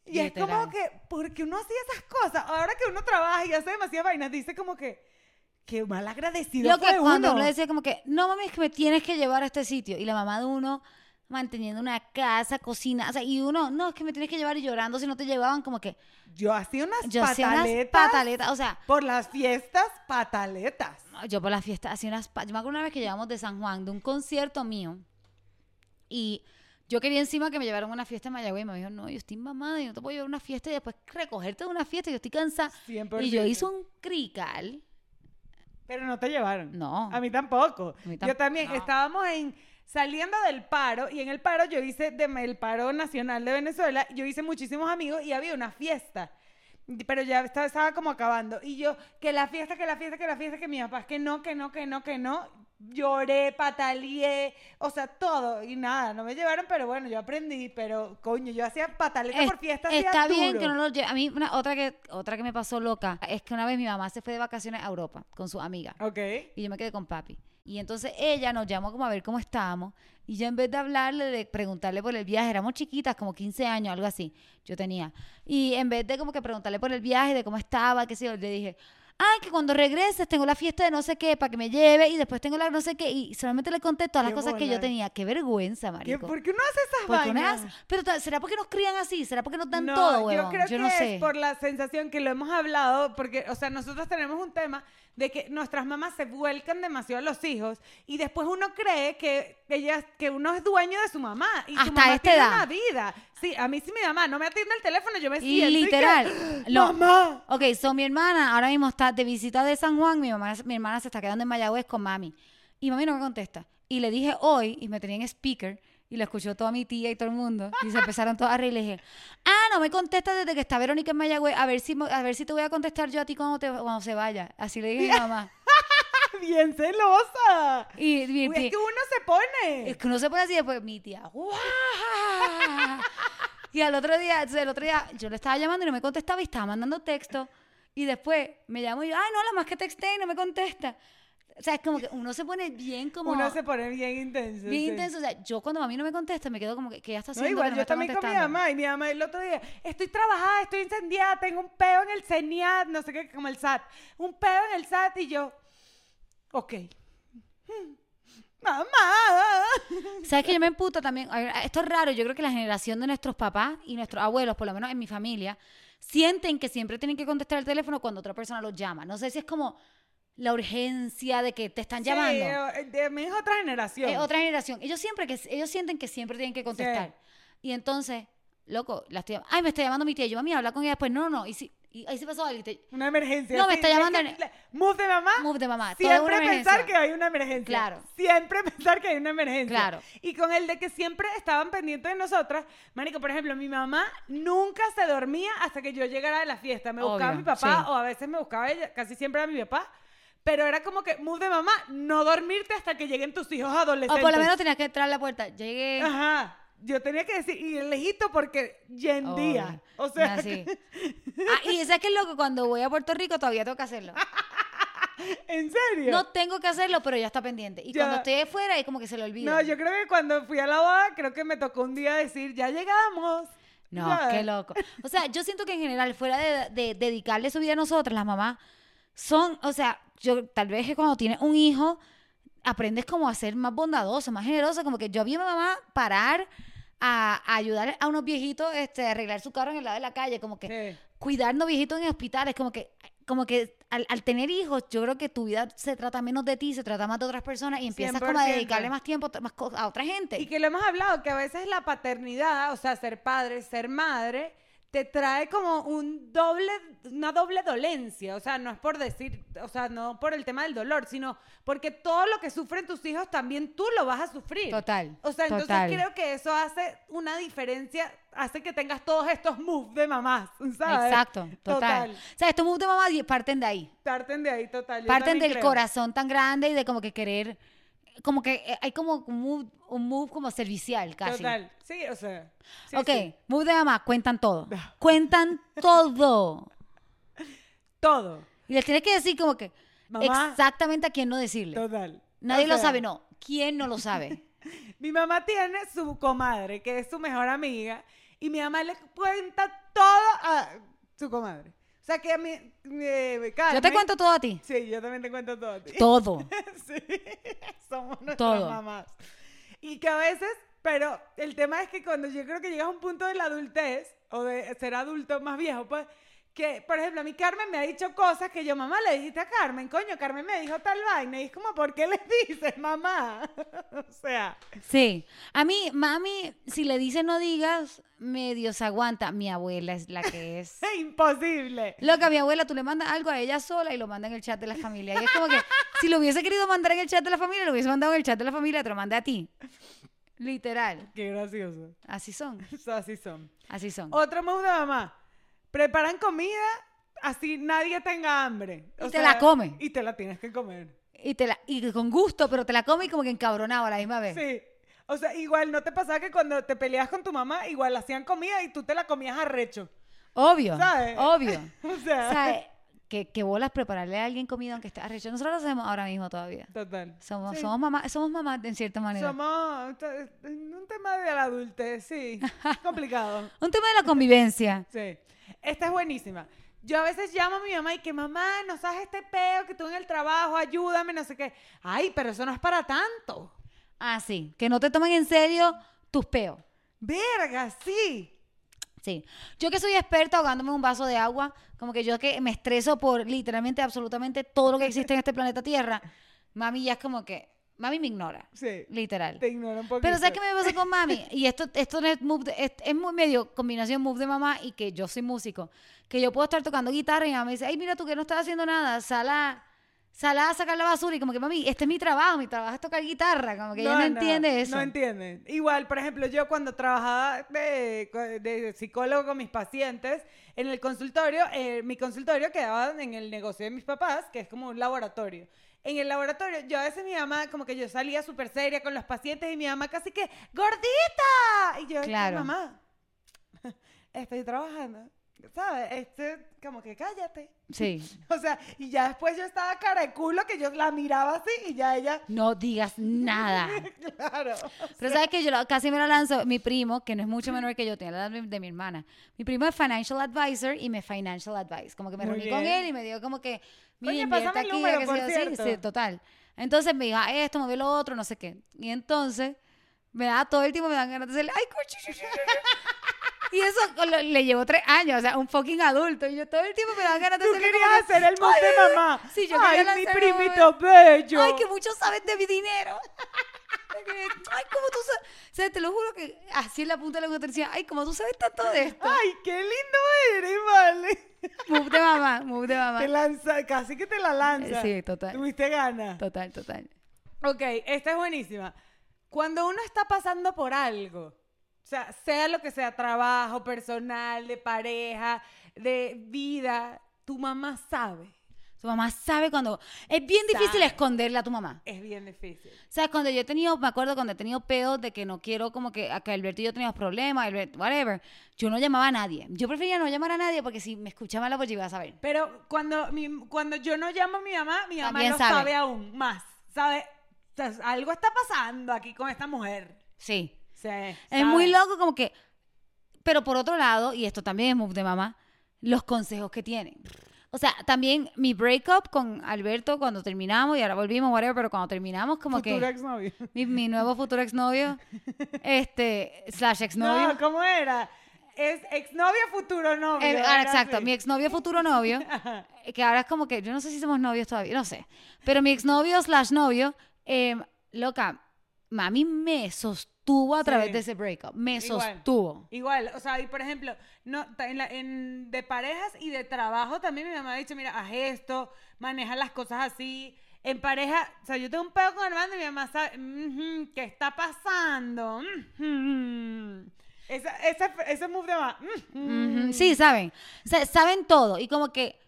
Y es
Literal.
como que, porque uno hacía esas cosas, ahora que uno trabaja y hace demasiadas vainas, dice como que, qué mal agradecido
Lo que
fue
cuando
uno.
uno decía como que, no mami, es que me tienes que llevar a este sitio. Y la mamá de uno manteniendo una casa, cocina, o sea, y uno, no, es que me tienes que llevar y llorando si no te llevaban, como que
Yo hacía unas
yo hacía unas
pataletas
pataletas, o sea,
por las fiestas, pataletas.
yo por las fiestas hacía unas pa- yo me acuerdo una vez que llevamos de San Juan de un concierto mío y yo quería encima que me llevaran a una fiesta en Mayagüez y me dijo no yo estoy mamada y no te puedo llevar a una fiesta y después recogerte de una fiesta yo estoy cansada
100%.
y yo hice un crical
Pero no te llevaron.
No.
A mí tampoco.
A mí
yo
tam-
también
no.
estábamos en saliendo del paro y en el paro yo hice de, el paro nacional de Venezuela, yo hice muchísimos amigos y había una fiesta. Y- Pero ya estaba, estaba como acabando. Y yo, que la fiesta, que la fiesta, que la fiesta, que mis papás, que no, que no, que no, que no. Lloré, pataleé, o sea, todo. Y nada, no me llevaron, pero bueno, yo aprendí. Pero coño, yo hacía pataleta por
Es-
fiesta. hacía
está bien
duro.
que no lo lleve a mí una, otra que otra que me pasó loca es que una vez mi mamá se fue de vacaciones a Europa con su amiga
Ok.
y yo me quedé con papi. Y entonces ella nos llamó como a ver cómo estábamos. Y yo en vez de hablarle, de preguntarle por el viaje, éramos chiquitas, como 15 años, algo así, yo tenía. Y en vez de como que preguntarle por el viaje, de cómo estaba, qué sé yo, le dije, ay, que cuando regreses tengo la fiesta de no sé qué para que me lleve y después tengo la no sé qué. Y solamente le conté todas las
Qué
cosas que yo
bolas.
tenía. Qué vergüenza,
¿Qué-
marico.
¿Por qué uno hace esas
Porque uno
vainas?
hace- pero ta- ¿será porque nos crían así? ¿Será porque nos dan
No,
todo, huevón?
Yo creo que
no sé.
es por la sensación que lo hemos hablado, porque, o sea, nosotros tenemos un tema de que nuestras mamás se vuelcan demasiado a los hijos y después uno cree que ellas, que uno es dueño de su mamá y su
Hasta
mamá
esta
tiene
edad.
una vida. Sí, a mí sí mi mamá no me atiende el teléfono, yo me
Y
siento que,
literal, no.
mamá.
Ok, so mi hermana ahora mismo está de visita de San Juan, mi, mamá, mi hermana se está quedando en Mayagüez con mami. Y mami no me contesta. Y le dije hoy, y me tenía en speaker, y lo escuchó toda mi tía y todo el mundo. Y se empezaron todas a reír. Y le dije, ah, no me contestas desde que está Verónica en Mayagüez. A ver si, mo- a ver si te voy a contestar yo a ti cuando, te- cuando se vaya. Así le dije a mi mamá.
Bien celosa.
Y mi
Uy,
tía-
es que uno se pone.
es que no se puede así después, mi tía. ¡guau! y al otro día, entonces, el otro día yo le estaba llamando y no me contestaba y estaba mandando texto. Y después me llamó y yo, ay, no, la más que texté y no me contesta. O sea, es como que uno se pone bien como...
Uno se pone bien intenso.
bien
sí.
intenso. O sea, yo cuando a mí no me contesta me quedo como que, que ya está
No,
haciendo que
igual
no me
yo
está
también con mi
contestando?
mamá y mi mamá el otro día, estoy trabajada, estoy incendiada, tengo un peo en el CENIAT, no sé qué, como el SAT, un peo en el SAT y yo, ok. Hmm. Mamá.
¿Sabes que yo me emputo también? A ver, Esto es raro. Yo creo que la generación de nuestros papás y nuestros abuelos, por lo menos en mi familia, sienten que siempre tienen que contestar el teléfono cuando otra persona los llama. No sé si es como la urgencia de que te están llamando.
Sí, eh, de mí es otra generación.
Es Eh, otra generación. Ellos siempre que ellos sienten que siempre tienen que contestar. Y entonces, loco, la estoy llam- Ay, me está llamando mi tía. Yo, mami, habla con ella después. No, no, no. Y si, Y ahí se pasó algo. y te-
Una emergencia.
No, me
sí,
está
es
llamando
que-
en-
la- Move de mamá.
Move de mamá, toda
Siempre
una
pensar
emergencia.
que hay una emergencia.
Claro.
Siempre pensar que hay una emergencia.
Claro.
Y con el de que siempre estaban pendientes de nosotras. Marico, por ejemplo, mi mamá nunca se dormía hasta que yo llegara de la fiesta. Me buscaba
Obvio,
mi papá
sí.
o a veces me buscaba ella, casi siempre era mi papá. Pero era como que move de mamá, no dormirte hasta que lleguen tus hijos
O
adolescentes.
por lo menos tenías que entrar a la puerta. Llegué.
Ajá. Yo tenía que decir, y lejito porque ya en
Oh,
día. O sea,
así. Ah, y sabes que es loco, cuando voy a Puerto Rico todavía tengo que hacerlo.
¿en serio?
No tengo que hacerlo, pero ya está pendiente. Y
Ya.
cuando estoy afuera es como que se lo olvido.
No, yo creo que cuando fui a la boda, creo que me tocó un día decir, ya llegamos.
No,
¿sabes?
qué loco. O sea, yo siento que en general, fuera de, de dedicarle su vida a nosotras, las mamás, son, o sea, yo tal vez que cuando tienes un hijo, aprendes como a ser más bondadoso, más generoso, como que yo vi a mi mamá parar a, a ayudar a unos viejitos este, a arreglar su carro en el lado de la calle, como que
Sí.
cuidarnos viejitos en hospitales, como que, como que al, al tener hijos, yo creo que tu vida se trata menos de ti, se trata más de otras personas y empiezas como a
100%.
dedicarle más tiempo a ot- más co- a otra gente.
Y que lo hemos hablado, que a veces la paternidad, o sea, ser padre, ser madre, te trae como un doble, una doble dolencia. O sea, no es por decir, o sea, no por el tema del dolor, sino porque todo lo que sufren tus hijos también tú lo vas a sufrir.
Total,
O sea, entonces
total.
creo que eso hace una diferencia, hace que tengas todos estos moves de mamás, ¿sabes?
Exacto, total. O sea, estos moves de mamá di- parten de ahí.
Parten de ahí, total. yo
Parten del
también creo.
corazón tan grande y de como que querer, como que eh, hay como un move, un move como servicial casi.
Total. Sí, o sea. sí,
ok,
sí. Ah.
move de mamá, cuentan todo. Cuentan todo.
Todo.
Y les tienes que decir como que
Mamá.
exactamente a quién no decirle.
Total.
Nadie
O
lo
sea,
sabe, no. ¿Quién no lo sabe?
Mi mamá tiene su comadre, que es su mejor amiga, y mi mamá le cuenta todo a su comadre. O sea que a mí, eh,
Yo te
Carmen-
cuento todo a ti.
Sí, yo también te cuento todo a ti.
Todo.
Sí, somos nuestras
Todo.
mamás. Y que a veces, pero el tema es que cuando yo creo que llegas a un punto de la adultez, o de ser adulto más viejo, pues, que, por ejemplo, a mí Carmen me ha dicho cosas que yo, mamá, le dijiste a Carmen, coño, Carmen me dijo tal vaina, y es como, ¿por qué le dices, mamá? o sea,
Sí. A mí, mami, si le dice no digas, medio se aguanta. Mi abuela es la que es.
es imposible.
Loca, mi abuela, tú le mandas algo a ella sola y lo manda en el chat de la familia. Y es como que si lo hubiese querido mandar en el chat de la familia, lo hubiese mandado en el chat de la familia, te lo mandé a ti. Literal.
Qué gracioso.
Así son.
O sea, así son.
Así son.
Otro mood de mamá. Preparan comida así nadie tenga hambre.
Y te la come.
Y te la tienes que comer.
Y, te la, y con gusto, pero te la come y como que encabronado a la misma vez.
Sí. O sea, igual no te pasaba que cuando te peleabas con tu mamá, igual hacían comida y tú te la comías arrecho.
Obvio.
¿Sabes?
Obvio.
O sea,
¿Sabes? Que, que bolas prepararle a alguien comida aunque esté arrecho. Nosotros lo hacemos ahora mismo todavía.
total.
Somos,
Sí.
somos mamás, somos mamás en cierta manera.
Somos t- un tema de la adultez, sí. Es complicado.
Un tema de la convivencia.
Sí. Esta es buenísima. Yo a veces llamo a mi mamá y que mamá, no sabes este peo que tú en el trabajo, ayúdame, no sé qué. Ay, pero eso no es para tanto.
Ah, sí. Que no te tomen en serio tus peos.
Verga, sí.
Sí. Yo que soy experta ahogándome en un vaso de agua, como que yo que me estreso por literalmente absolutamente todo lo que existe en este planeta Tierra, mami ya es como que, mami me ignora,
Sí.
literal.
Te ignoro un poquito.
Pero ¿sabes qué me pasó con mami? Y esto, esto no es, move de- es, es muy medio combinación move de mamá y que yo soy músico. Que yo puedo estar tocando guitarra y mi mamá me dice, ay, mira tú que no estás haciendo nada, sal a, sal a sacar la basura. Y como que, mami, este es mi trabajo, mi trabajo es tocar guitarra. Como que ella no, entiende eso.
No entiende. Igual, por ejemplo, yo cuando trabajaba de, de psicólogo con mis pacientes, en el consultorio, eh, mi consultorio quedaba en el negocio de mis papás, que es como un laboratorio. En el laboratorio, yo a veces mi mamá, como que yo salía súper seria con los pacientes y mi mamá casi que, ¡gordita! Y yo,
Claro.
claro. mamá, estoy trabajando. ¿Sabes? Este, como que cállate.
Sí.
O sea, y ya después yo estaba cara de culo que yo la miraba así y ya ella,
No digas nada.
claro.
Pero sabes que yo la- casi me la lanzo, mi primo, que no es mucho menor que yo, tiene la edad de, de mi hermana. Mi primo es financial advisor y me financial advice. Como que me
Muy
reuní con
bien.
él y me dio como que,
Oye,
mira,
pásame
invierte
el
aquí,
número,
que
por
sí, sí,
cierto.
total. Entonces me dijo, "Ah, esto, mueve lo otro, no sé qué. Y entonces me da todo el tiempo, me dan ganas de decirle, ay, coche. chu, chu, chu, chu". Y eso con lo- le llevó tres años, o sea, un fucking adulto. Y yo todo el tiempo me dan ganas de
Tú
decirle como
querías
que,
hacer el mood de mamá.
Sí, yo
Ay,
quería
mi
lanzar el
primito bello.
ay, que muchos saben de mi dinero. Ay, cómo tú sabes. O sea, te lo juro que así en la punta de la lengua te decía, ay, cómo tú sabes tanto de esto.
Ay, qué lindo eres, vale.
Move de mamá, move de mamá.
Te lanza, casi que te la lanza.
Sí, total.
Tuviste ganas.
Total, total.
Ok, esta es buenísima. Cuando uno está pasando por algo, o sea, sea lo que sea, trabajo, personal, de pareja, de vida, tu mamá sabe.
Tu mamá sabe cuando... Es bien difícil
Sabe.
esconderla a tu mamá.
Es bien difícil.
¿Sabes? Cuando yo he tenido, me acuerdo cuando he tenido pedos de que no quiero, como que, a que Alberto y yo teníamos problemas, Alberto, whatever. Yo no llamaba a nadie. Yo prefería no llamar a nadie porque si me escuchaba la voz, yo iba a saber.
Pero cuando, mi- cuando yo no llamo a mi mamá, mi mamá
También
lo
sabe.
sabe. aún más. ¿Sabe? O sea, algo está pasando aquí con esta mujer.
Sí.
Sí,
Es muy loco, como que. Pero por otro lado, y esto también es move de mamá, los consejos que tienen. O sea, también mi breakup con Alberto cuando terminamos, y ahora volvimos, whatever, pero cuando terminamos, como
Futuro
que.
exnovio.
Mi, mi nuevo futuro exnovio, este, slash exnovio.
No, ¿cómo era? Es exnovio, futuro novio.
Eh, ah,
era
exacto,
así.
mi exnovio futuro novio,
Ajá.
eh, que ahora es como que, yo no sé si somos novios todavía, no sé, pero mi exnovio slash novio, eh, loca, mami me sostuvo a través
Sí.
de ese breakup, me
Igual.
sostuvo.
Igual, o sea, y por ejemplo, no, ta- en la- en- de parejas y de trabajo también mi mamá ha dicho, mira, haz esto, maneja las cosas así. En pareja, o sea, yo tengo un pedo con Armando y mi mamá sabe, "Ujú, ¿qué está pasando? Ujú". Esa, esa, ese move de mamá. "Ujú".
Ujú, Sí, saben. Sa- saben todo. Y como que,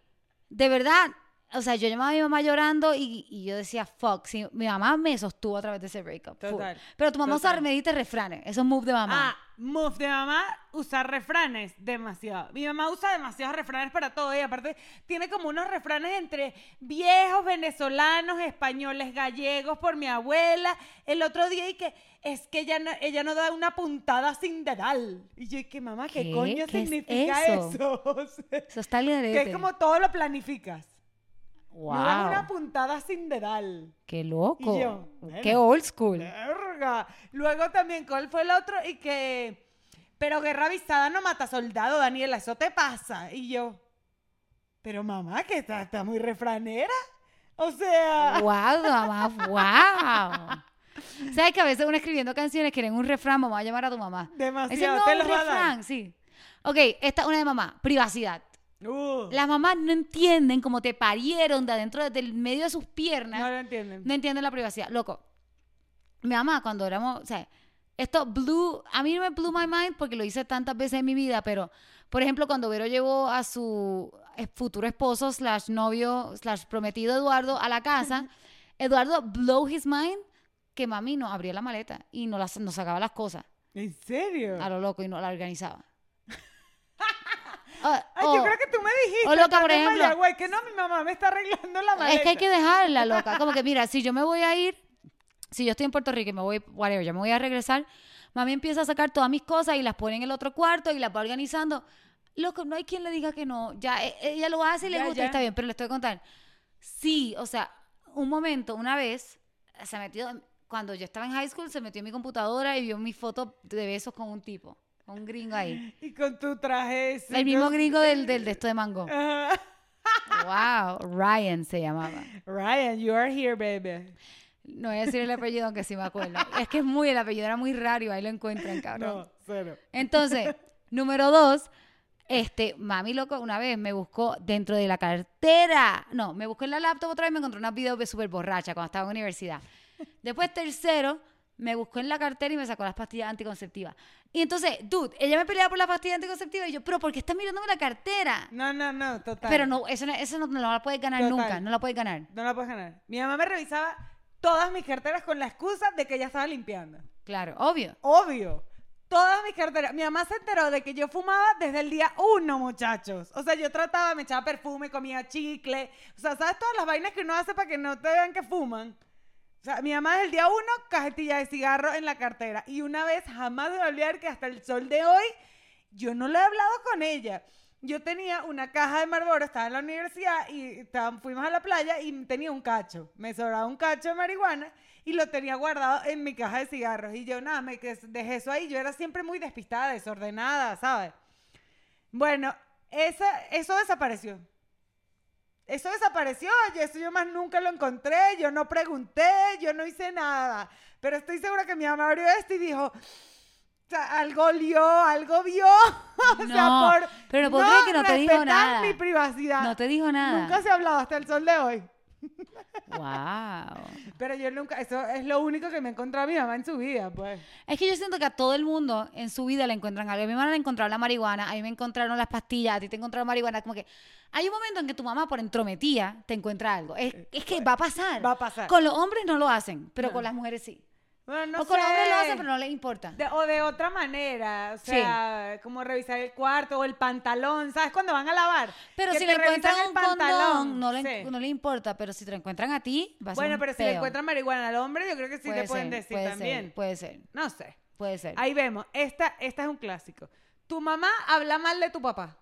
de verdad, o sea, yo llamaba a mi mamá llorando y, y yo decía, fuck, sí, mi mamá me sostuvo a través de ese breakup. full.
Total,
Pero tu mamá usa
total.
remeditas refranes. Eso es move de mamá.
Ah, move de mamá, usar refranes, demasiado. Mi mamá usa demasiados refranes para todo y aparte tiene como unos refranes entre viejos, venezolanos, españoles, gallegos, por mi abuela. El otro día y que es que ella no, ella no da una puntada sin dedal. Y yo, y que mamá, ¿qué,
¿Qué?
coño
¿Qué es
significa
eso?
eso? O sea,
Eso está al garete.
que es como todo lo planificas.
wow,
No das una puntada sin dedal.
qué loco.
Y yo,
qué
bueno.
old school.
Verga. Luego también, ¿cuál fue el otro? Y que. Pero guerra avisada no mata soldado, Daniela, eso te pasa. Y yo. Pero mamá, que está, está muy refranera. O sea.
Wow, mamá, wow. ¿Sabes que a veces uno escribiendo canciones quieren un refrán, mamá, va a llamar a tu mamá? Ese
Demasiado.
no
te
un
los va a dar.
refrán, sí. Ok, esta es una de mamá, privacidad.
Uh,
Las mamás no entienden cómo te parieron de adentro, desde el medio de sus piernas.
no
No,
lo entienden.
entienden la privacidad. Loco, mi mamá cuando éramos, o sea, esto blew, a mí no me blew my mind porque lo hice tantas veces en mi vida, pero, por ejemplo, cuando Vero llevó a su eh, futuro esposo slash novio slash prometido Eduardo a la casa, Eduardo blow his mind que mami no abría la maleta y no, las, no sacaba las cosas
¿En serio?
a lo loco y no la organizaba. Ah,
Ay,
oh.
yo creo que tú me dijiste.
o loca,
estando
por
en
ejemplo.
Mayagüez, que no, mi mamá me está arreglando la maleta.
Es que hay que dejarla, loca. Como que, mira, si yo me voy a ir, si yo estoy en Puerto Rico y me voy, whatever, yo me voy a regresar, mami empieza a sacar todas mis cosas y las pone en el otro cuarto y las va organizando. Loco, no hay quien le diga que no. Ya, e- ella lo hace y le
Ya,
gusta,
ya.
está bien, pero le estoy contando. Sí, o sea, un momento, una vez, se metió, cuando yo estaba en high school, se metió en mi computadora y vio mi foto de besos con un tipo, con un gringo ahí.
Y con tu traje. ese,
El mismo
yo-
gringo del, del de esto de mango.
Ajá.
Wow, Ryan se llamaba.
Ryan, you are here, baby.
No voy a decir el apellido, aunque sí me acuerdo. Es que es muy, el apellido era muy raro y ahí lo encuentran, cabrón.
No, cero.
Entonces, número dos, este, mami loco, una vez me buscó dentro de la cartera. No, me buscó en la laptop otra vez, me encontró unas videos de súper borracha cuando estaba en la universidad. Después, tercero, me buscó en la cartera y me sacó las pastillas anticonceptivas. Y entonces, dude, ella me peleaba por las pastillas anticonceptivas y yo, pero ¿por qué estás mirándome la cartera?
No, no, no, total.
Pero no, eso no, eso no, no la puedes ganar
Total.
nunca, no la puedes ganar.
No la puedes ganar. Mi mamá me revisaba todas mis carteras con la excusa de que ya estaba limpiando.
Claro, obvio.
Obvio. Todas mis carteras. Mi mamá se enteró de que yo fumaba desde el día uno, muchachos. O sea, yo trataba, me echaba perfume, comía chicle. O sea, ¿sabes todas las vainas que uno hace para que no te vean que fuman? O sea, mi mamá desde el día uno, cajetilla de cigarro en la cartera. Y una vez, jamás voy a olvidar que hasta el sol de hoy, yo no lo he hablado con ella. Yo tenía una caja de Marlboro, estaba en la universidad y estaba- fuimos a la playa y tenía un cacho. Me sobraba un cacho de marihuana y lo tenía guardado en mi caja de cigarros. Y yo nada, me que- dejé eso ahí. Yo era siempre muy despistada, desordenada, ¿sabes? Bueno, esa, eso desapareció. Eso desapareció, y eso yo más nunca lo encontré, yo no pregunté, yo no hice nada. Pero estoy segura que mi mamá abrió esto y dijo, "O sea, algo lió, algo vio. o sea,
No,
por
pero no puedo creer que no te dijo
respetar
nada.
mi privacidad.
No te dijo nada.
Ah, Nunca se ha hablado hasta el sol de hoy.
Wow.
Pero yo nunca, eso es lo único que me encontró mi mamá en su vida, pues.
Es que yo siento que a todo el mundo en su vida le encuentran algo. A mi mamá le encontraron la marihuana, a mí me encontraron las pastillas, a ti te encontraron marihuana. Como que hay un momento en que tu mamá por entrometida te encuentra algo. Es, es que va a pasar.
Eh, pues, Va a pasar.
Con los hombres no lo hacen, pero con las mujeres sí.
Bueno, no
o con los hombres lo hacen,
sé.
pero no les importa.
De- o de otra manera, o
Sí.
sea, como revisar el cuarto o el pantalón, ¿sabes? Cuando van a lavar.
Pero
que
si
te
le encuentran
revisan
un condón, no le,
sí.
no le importa. Pero si te lo encuentran a ti, va a ser
Bueno,
un
pero si
peo.
le encuentran marihuana al hombre, yo creo que sí
Puede
le pueden
ser,
decir
puede ser,
también.
puede ser,
No sé.
puede ser.
Ahí vemos. Esta, esta es un clásico. Tu mamá habla mal de tu papá.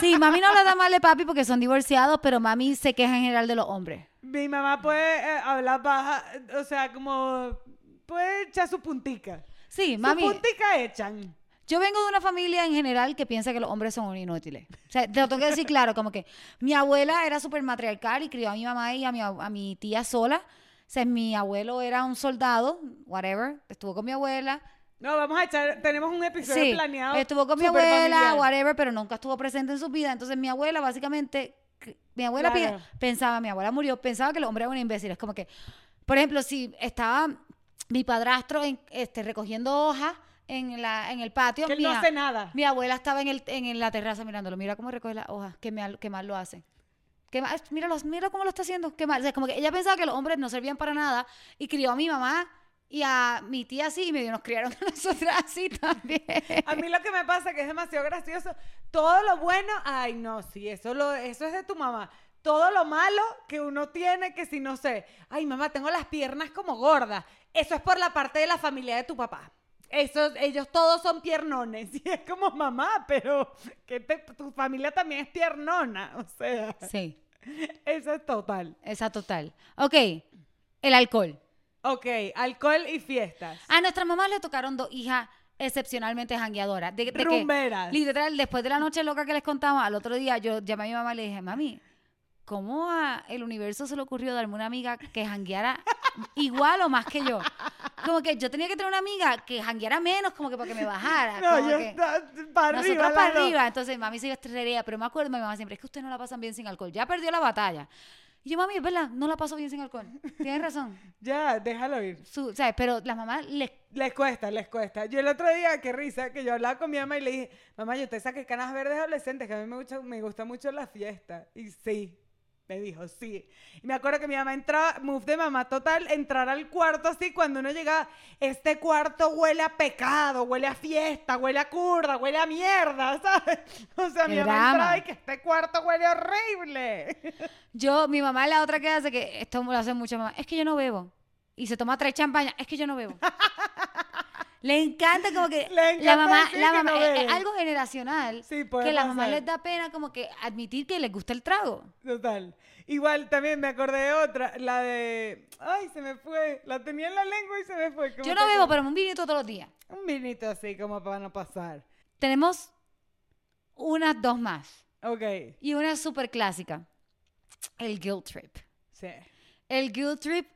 Sí, mami no habla tan mal de papi porque son divorciados, pero mami se queja en general de los hombres.
Mi mamá puede eh, hablar baja, eh, o sea, como puede echar su puntica.
Sí,
Su
mami.
puntica echan.
Yo vengo de una familia en general que piensa que los hombres son inútiles. O sea, te lo tengo que decir claro, como que mi abuela era súper matriarcal y crió a mi mamá y a mi, ab- a mi tía sola. O sea, mi abuelo era un soldado, whatever, estuvo con mi abuela.
No, vamos a echar, tenemos un episodio
Sí,
planeado.
estuvo con mi abuela,
superfamiliar.
whatever, pero nunca estuvo presente en su vida. Entonces mi abuela básicamente, c- mi abuela pi-
Claro.
pensaba, mi abuela murió, pensaba que el hombre era un imbécil. Es como que, por ejemplo, si estaba mi padrastro en- este, recogiendo hojas en, la, en el patio,
Que él
mi
no
a-
hace nada.
mi abuela estaba en, el, en la terraza mirándolo. Mira cómo recoge las hojas. Qué mal, qué mal lo hace. Qué mal, mira, mira cómo lo está haciendo. Qué mal. O sea, como que ella pensaba que los hombres no servían para nada y crió a mi mamá y a mi tía así y medio nos criaron a nosotras así también.
A mí lo que me pasa que es demasiado gracioso. Todo lo bueno, ay no, sí, eso lo, eso es de tu mamá. Todo lo malo que uno tiene, que si no sé, ay mamá, tengo las piernas como gordas. Eso es por la parte de la familia de tu papá. Eso, ellos todos son piernones. Y es como mamá, pero que te- tu familia también es piernona. O sea,
Sí,
eso es total.
esa total. Ok, el alcohol.
Ok, alcohol y fiestas.
A nuestras mamás le tocaron dos hijas excepcionalmente jangueadoras. De, de que,
Rumberas.
literal, después de la noche loca que les contaba, al otro día yo llamé a mi mamá y le dije, mami, ¿cómo a el universo se le ocurrió darme una amiga que jangueara igual o más que yo? Como que yo tenía que tener una amiga que jangueara menos, como que para que me bajara.
No,
como
yo
que-
para arriba.
nosotras para
las dos.
arriba. Entonces mami se estrellaría, pero me acuerdo, mi mamá siempre, es que ustedes no la pasan bien sin alcohol. Ya perdió la batalla. Y yo, mami, es verdad, no la paso bien sin alcohol. Tienes razón.
Ya, déjalo ir.
Su- ¿sabes? Pero las mamás les
Les cuesta, les cuesta. Yo el otro día, qué risa, que yo hablaba con mi mamá y le dije, mamá, yo te saqué canas verdes adolescentes, que a mí me gusta, me gusta mucho la fiesta. Y sí, me dijo, sí. Y me acuerdo que mi mamá entraba, move de mamá total, entrar al cuarto así, cuando uno llegaba, este cuarto huele a pecado, huele a fiesta, huele a curda, huele a mierda, ¿sabes? O sea, mi
El
mamá
drama.
entraba y que este cuarto huele horrible.
Yo, mi mamá es la otra que hace que esto lo hace mucho mamá. Es que yo no bebo. Y se toma tres champañas. Es que yo no bebo. Le encanta como que
Le encanta
la mamá,
decir
la
que
mamá
no
es, es
bebe.
algo generacional
Sí, puede
que la mamá
pasar.
les da pena como que admitir que les gusta el trago.
Total. Igual también me acordé de otra, la de. Ay, se me fue. La tenía en la lengua y se me fue. ¿cómo
Yo
te
no bebo,
acuerdas?
pero un vinito todos los días.
Un vinito así, como para no pasar.
Tenemos unas dos más
Ok.
y una súper clásica. El guilt trip.
Sí.
El guilt trip.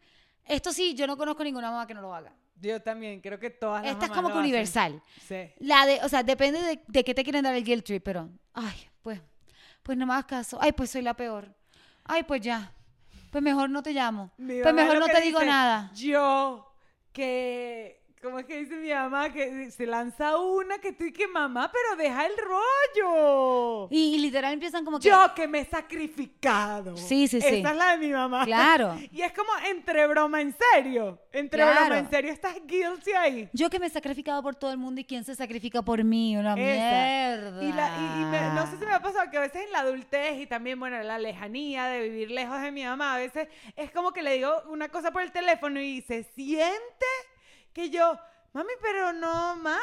Esto sí, yo no conozco ninguna mamá que no lo haga.
Yo también, creo que todas las.
Esta es
mamás
como
lo
que
hacen.
universal.
Sí.
La de, o sea, depende de, de qué te quieren dar el guilt trip, pero, ay, pues, pues no me hagas caso. Ay, pues soy la peor. Ay, pues ya. Pues mejor no te llamo.
Mi
pues
mamá
mejor no
lo que
te digo
dice,
nada.
Yo, que. ¿Cómo es que dice mi mamá? Que se lanza una que tú y que mamá, pero deja el rollo.
Y, y literal empiezan como que.
Yo que me he sacrificado.
Sí, sí, sí.
Esa es la de mi mamá.
Claro.
Y es como entre broma en serio. Entre broma
Claro.
en serio estás guilty ahí.
Yo que me he sacrificado por todo el mundo y quién se sacrifica por mí, una
Esa.
mierda.
Y, la- y- y me- no sé si me ha pasado que a veces en la adultez y también, bueno, la lejanía de vivir lejos de mi mamá, a veces es como que le digo una cosa por el teléfono y se siente que yo, mami, pero no, mami,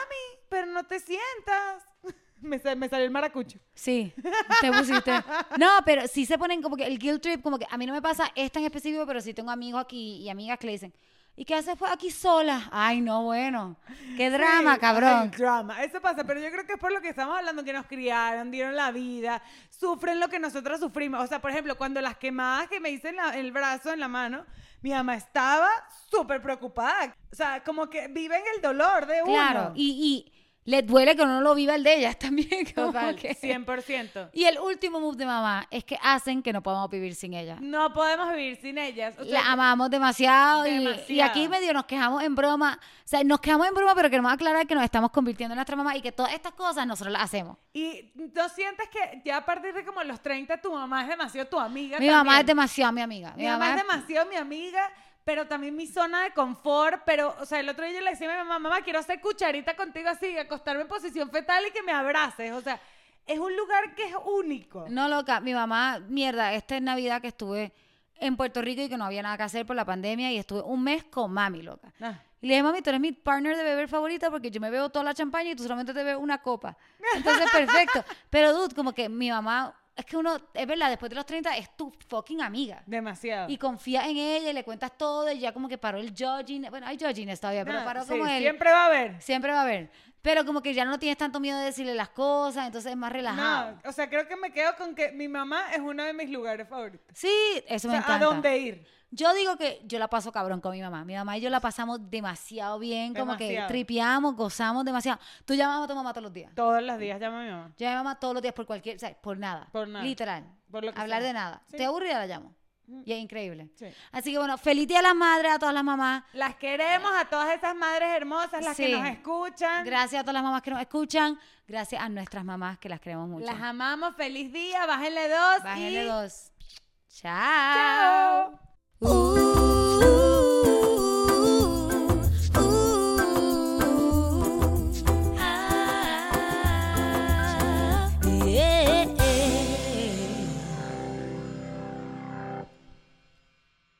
pero no te sientas. me, sa- me salió el maracucho.
Sí, te pusiste. No, pero sí se ponen como que el guilt trip, como que a mí no me pasa esta en específico, pero sí tengo amigos aquí y amigas que le dicen, ¿Y qué haces pues, aquí sola? Ay, no, bueno. Qué drama,
Sí,
cabrón.
ay, drama. Eso pasa, pero yo creo que es por lo que estamos hablando, que nos criaron, dieron la vida, sufren lo que nosotros sufrimos. O sea, por ejemplo, cuando las quemadas que me hice en, la- en el brazo, en la mano, mi mamá estaba súper preocupada. O sea, como que viven el dolor de uno.
Claro. Y, y le duele que no lo viva el de ellas también. como
Total,
que-
100%.
Y el último move de mamá es que hacen que no podamos vivir sin ella.
No podemos vivir sin ellas. O sea, eh,
la amamos demasiado, y- Y,
Demasiado.
aquí medio nos quejamos en broma. O sea, nos quejamos en broma, pero queremos aclarar que nos estamos convirtiendo en nuestra mamá y que todas estas cosas nosotros las hacemos.
Y no sientes que ya a partir de como los 30 tu mamá es demasiado tu amiga.
Mi mamá es
también?
demasiado mi amiga.
Mi mamá es demasiado mi amiga, pero también mi zona de confort. Pero, o sea, el otro día yo le decía a mi mamá, mamá, quiero hacer cucharita contigo así, acostarme en posición fetal y que me abraces. O sea, es un lugar que es único.
No, loca, mi mamá, mierda, esta es Navidad que estuve en Puerto Rico y que no había nada que hacer por la pandemia y estuve un mes con mami, loca.
Ah.
Y le dije, mami, tú eres mi partner de beber favorita porque yo me bebo toda la champaña y tú solamente te bebes una copa. Entonces, perfecto. Pero, dude, como que mi mamá, es que uno, es verdad, después de los 30 es tu fucking amiga.
Demasiado.
Y confías en ella y le cuentas todo y ya como que paró el judging. Bueno, hay judging todavía, pero
Nah,
paró
sí,
como el...
Siempre va a haber.
Siempre va a haber. Pero como que ya no tienes tanto miedo de decirle las cosas, entonces es más relajado.
No, o sea, creo que me quedo con que mi mamá es uno de mis lugares favoritos.
Sí, eso
O
me
sea,
encanta.
a dónde ir.
Yo digo que yo la paso cabrón con mi mamá. Mi mamá y yo la pasamos demasiado bien, como
Demasiado.
que tripeamos, gozamos demasiado. Tú llamabas a tu mamá todos los días.
Todos los días llama a mi mamá.
Yo a mi mamá todos los días por cualquier, ¿sabes? Por nada.
Por nada.
Literal.
Por lo que
Hablar
sea.
de nada.
Sí.
Te aburrida la llamo. Y es increíble.
Sí.
Así que bueno, feliz día a las madres, a todas las mamás.
Las queremos a todas esas madres hermosas, las
Sí.
que nos escuchan.
Gracias a todas las mamás que nos escuchan. Gracias a nuestras mamás que las queremos mucho.
Las amamos. Feliz día. Bájenle dos.
Bájenle
y-
dos. Chao.
Chao.
Uh.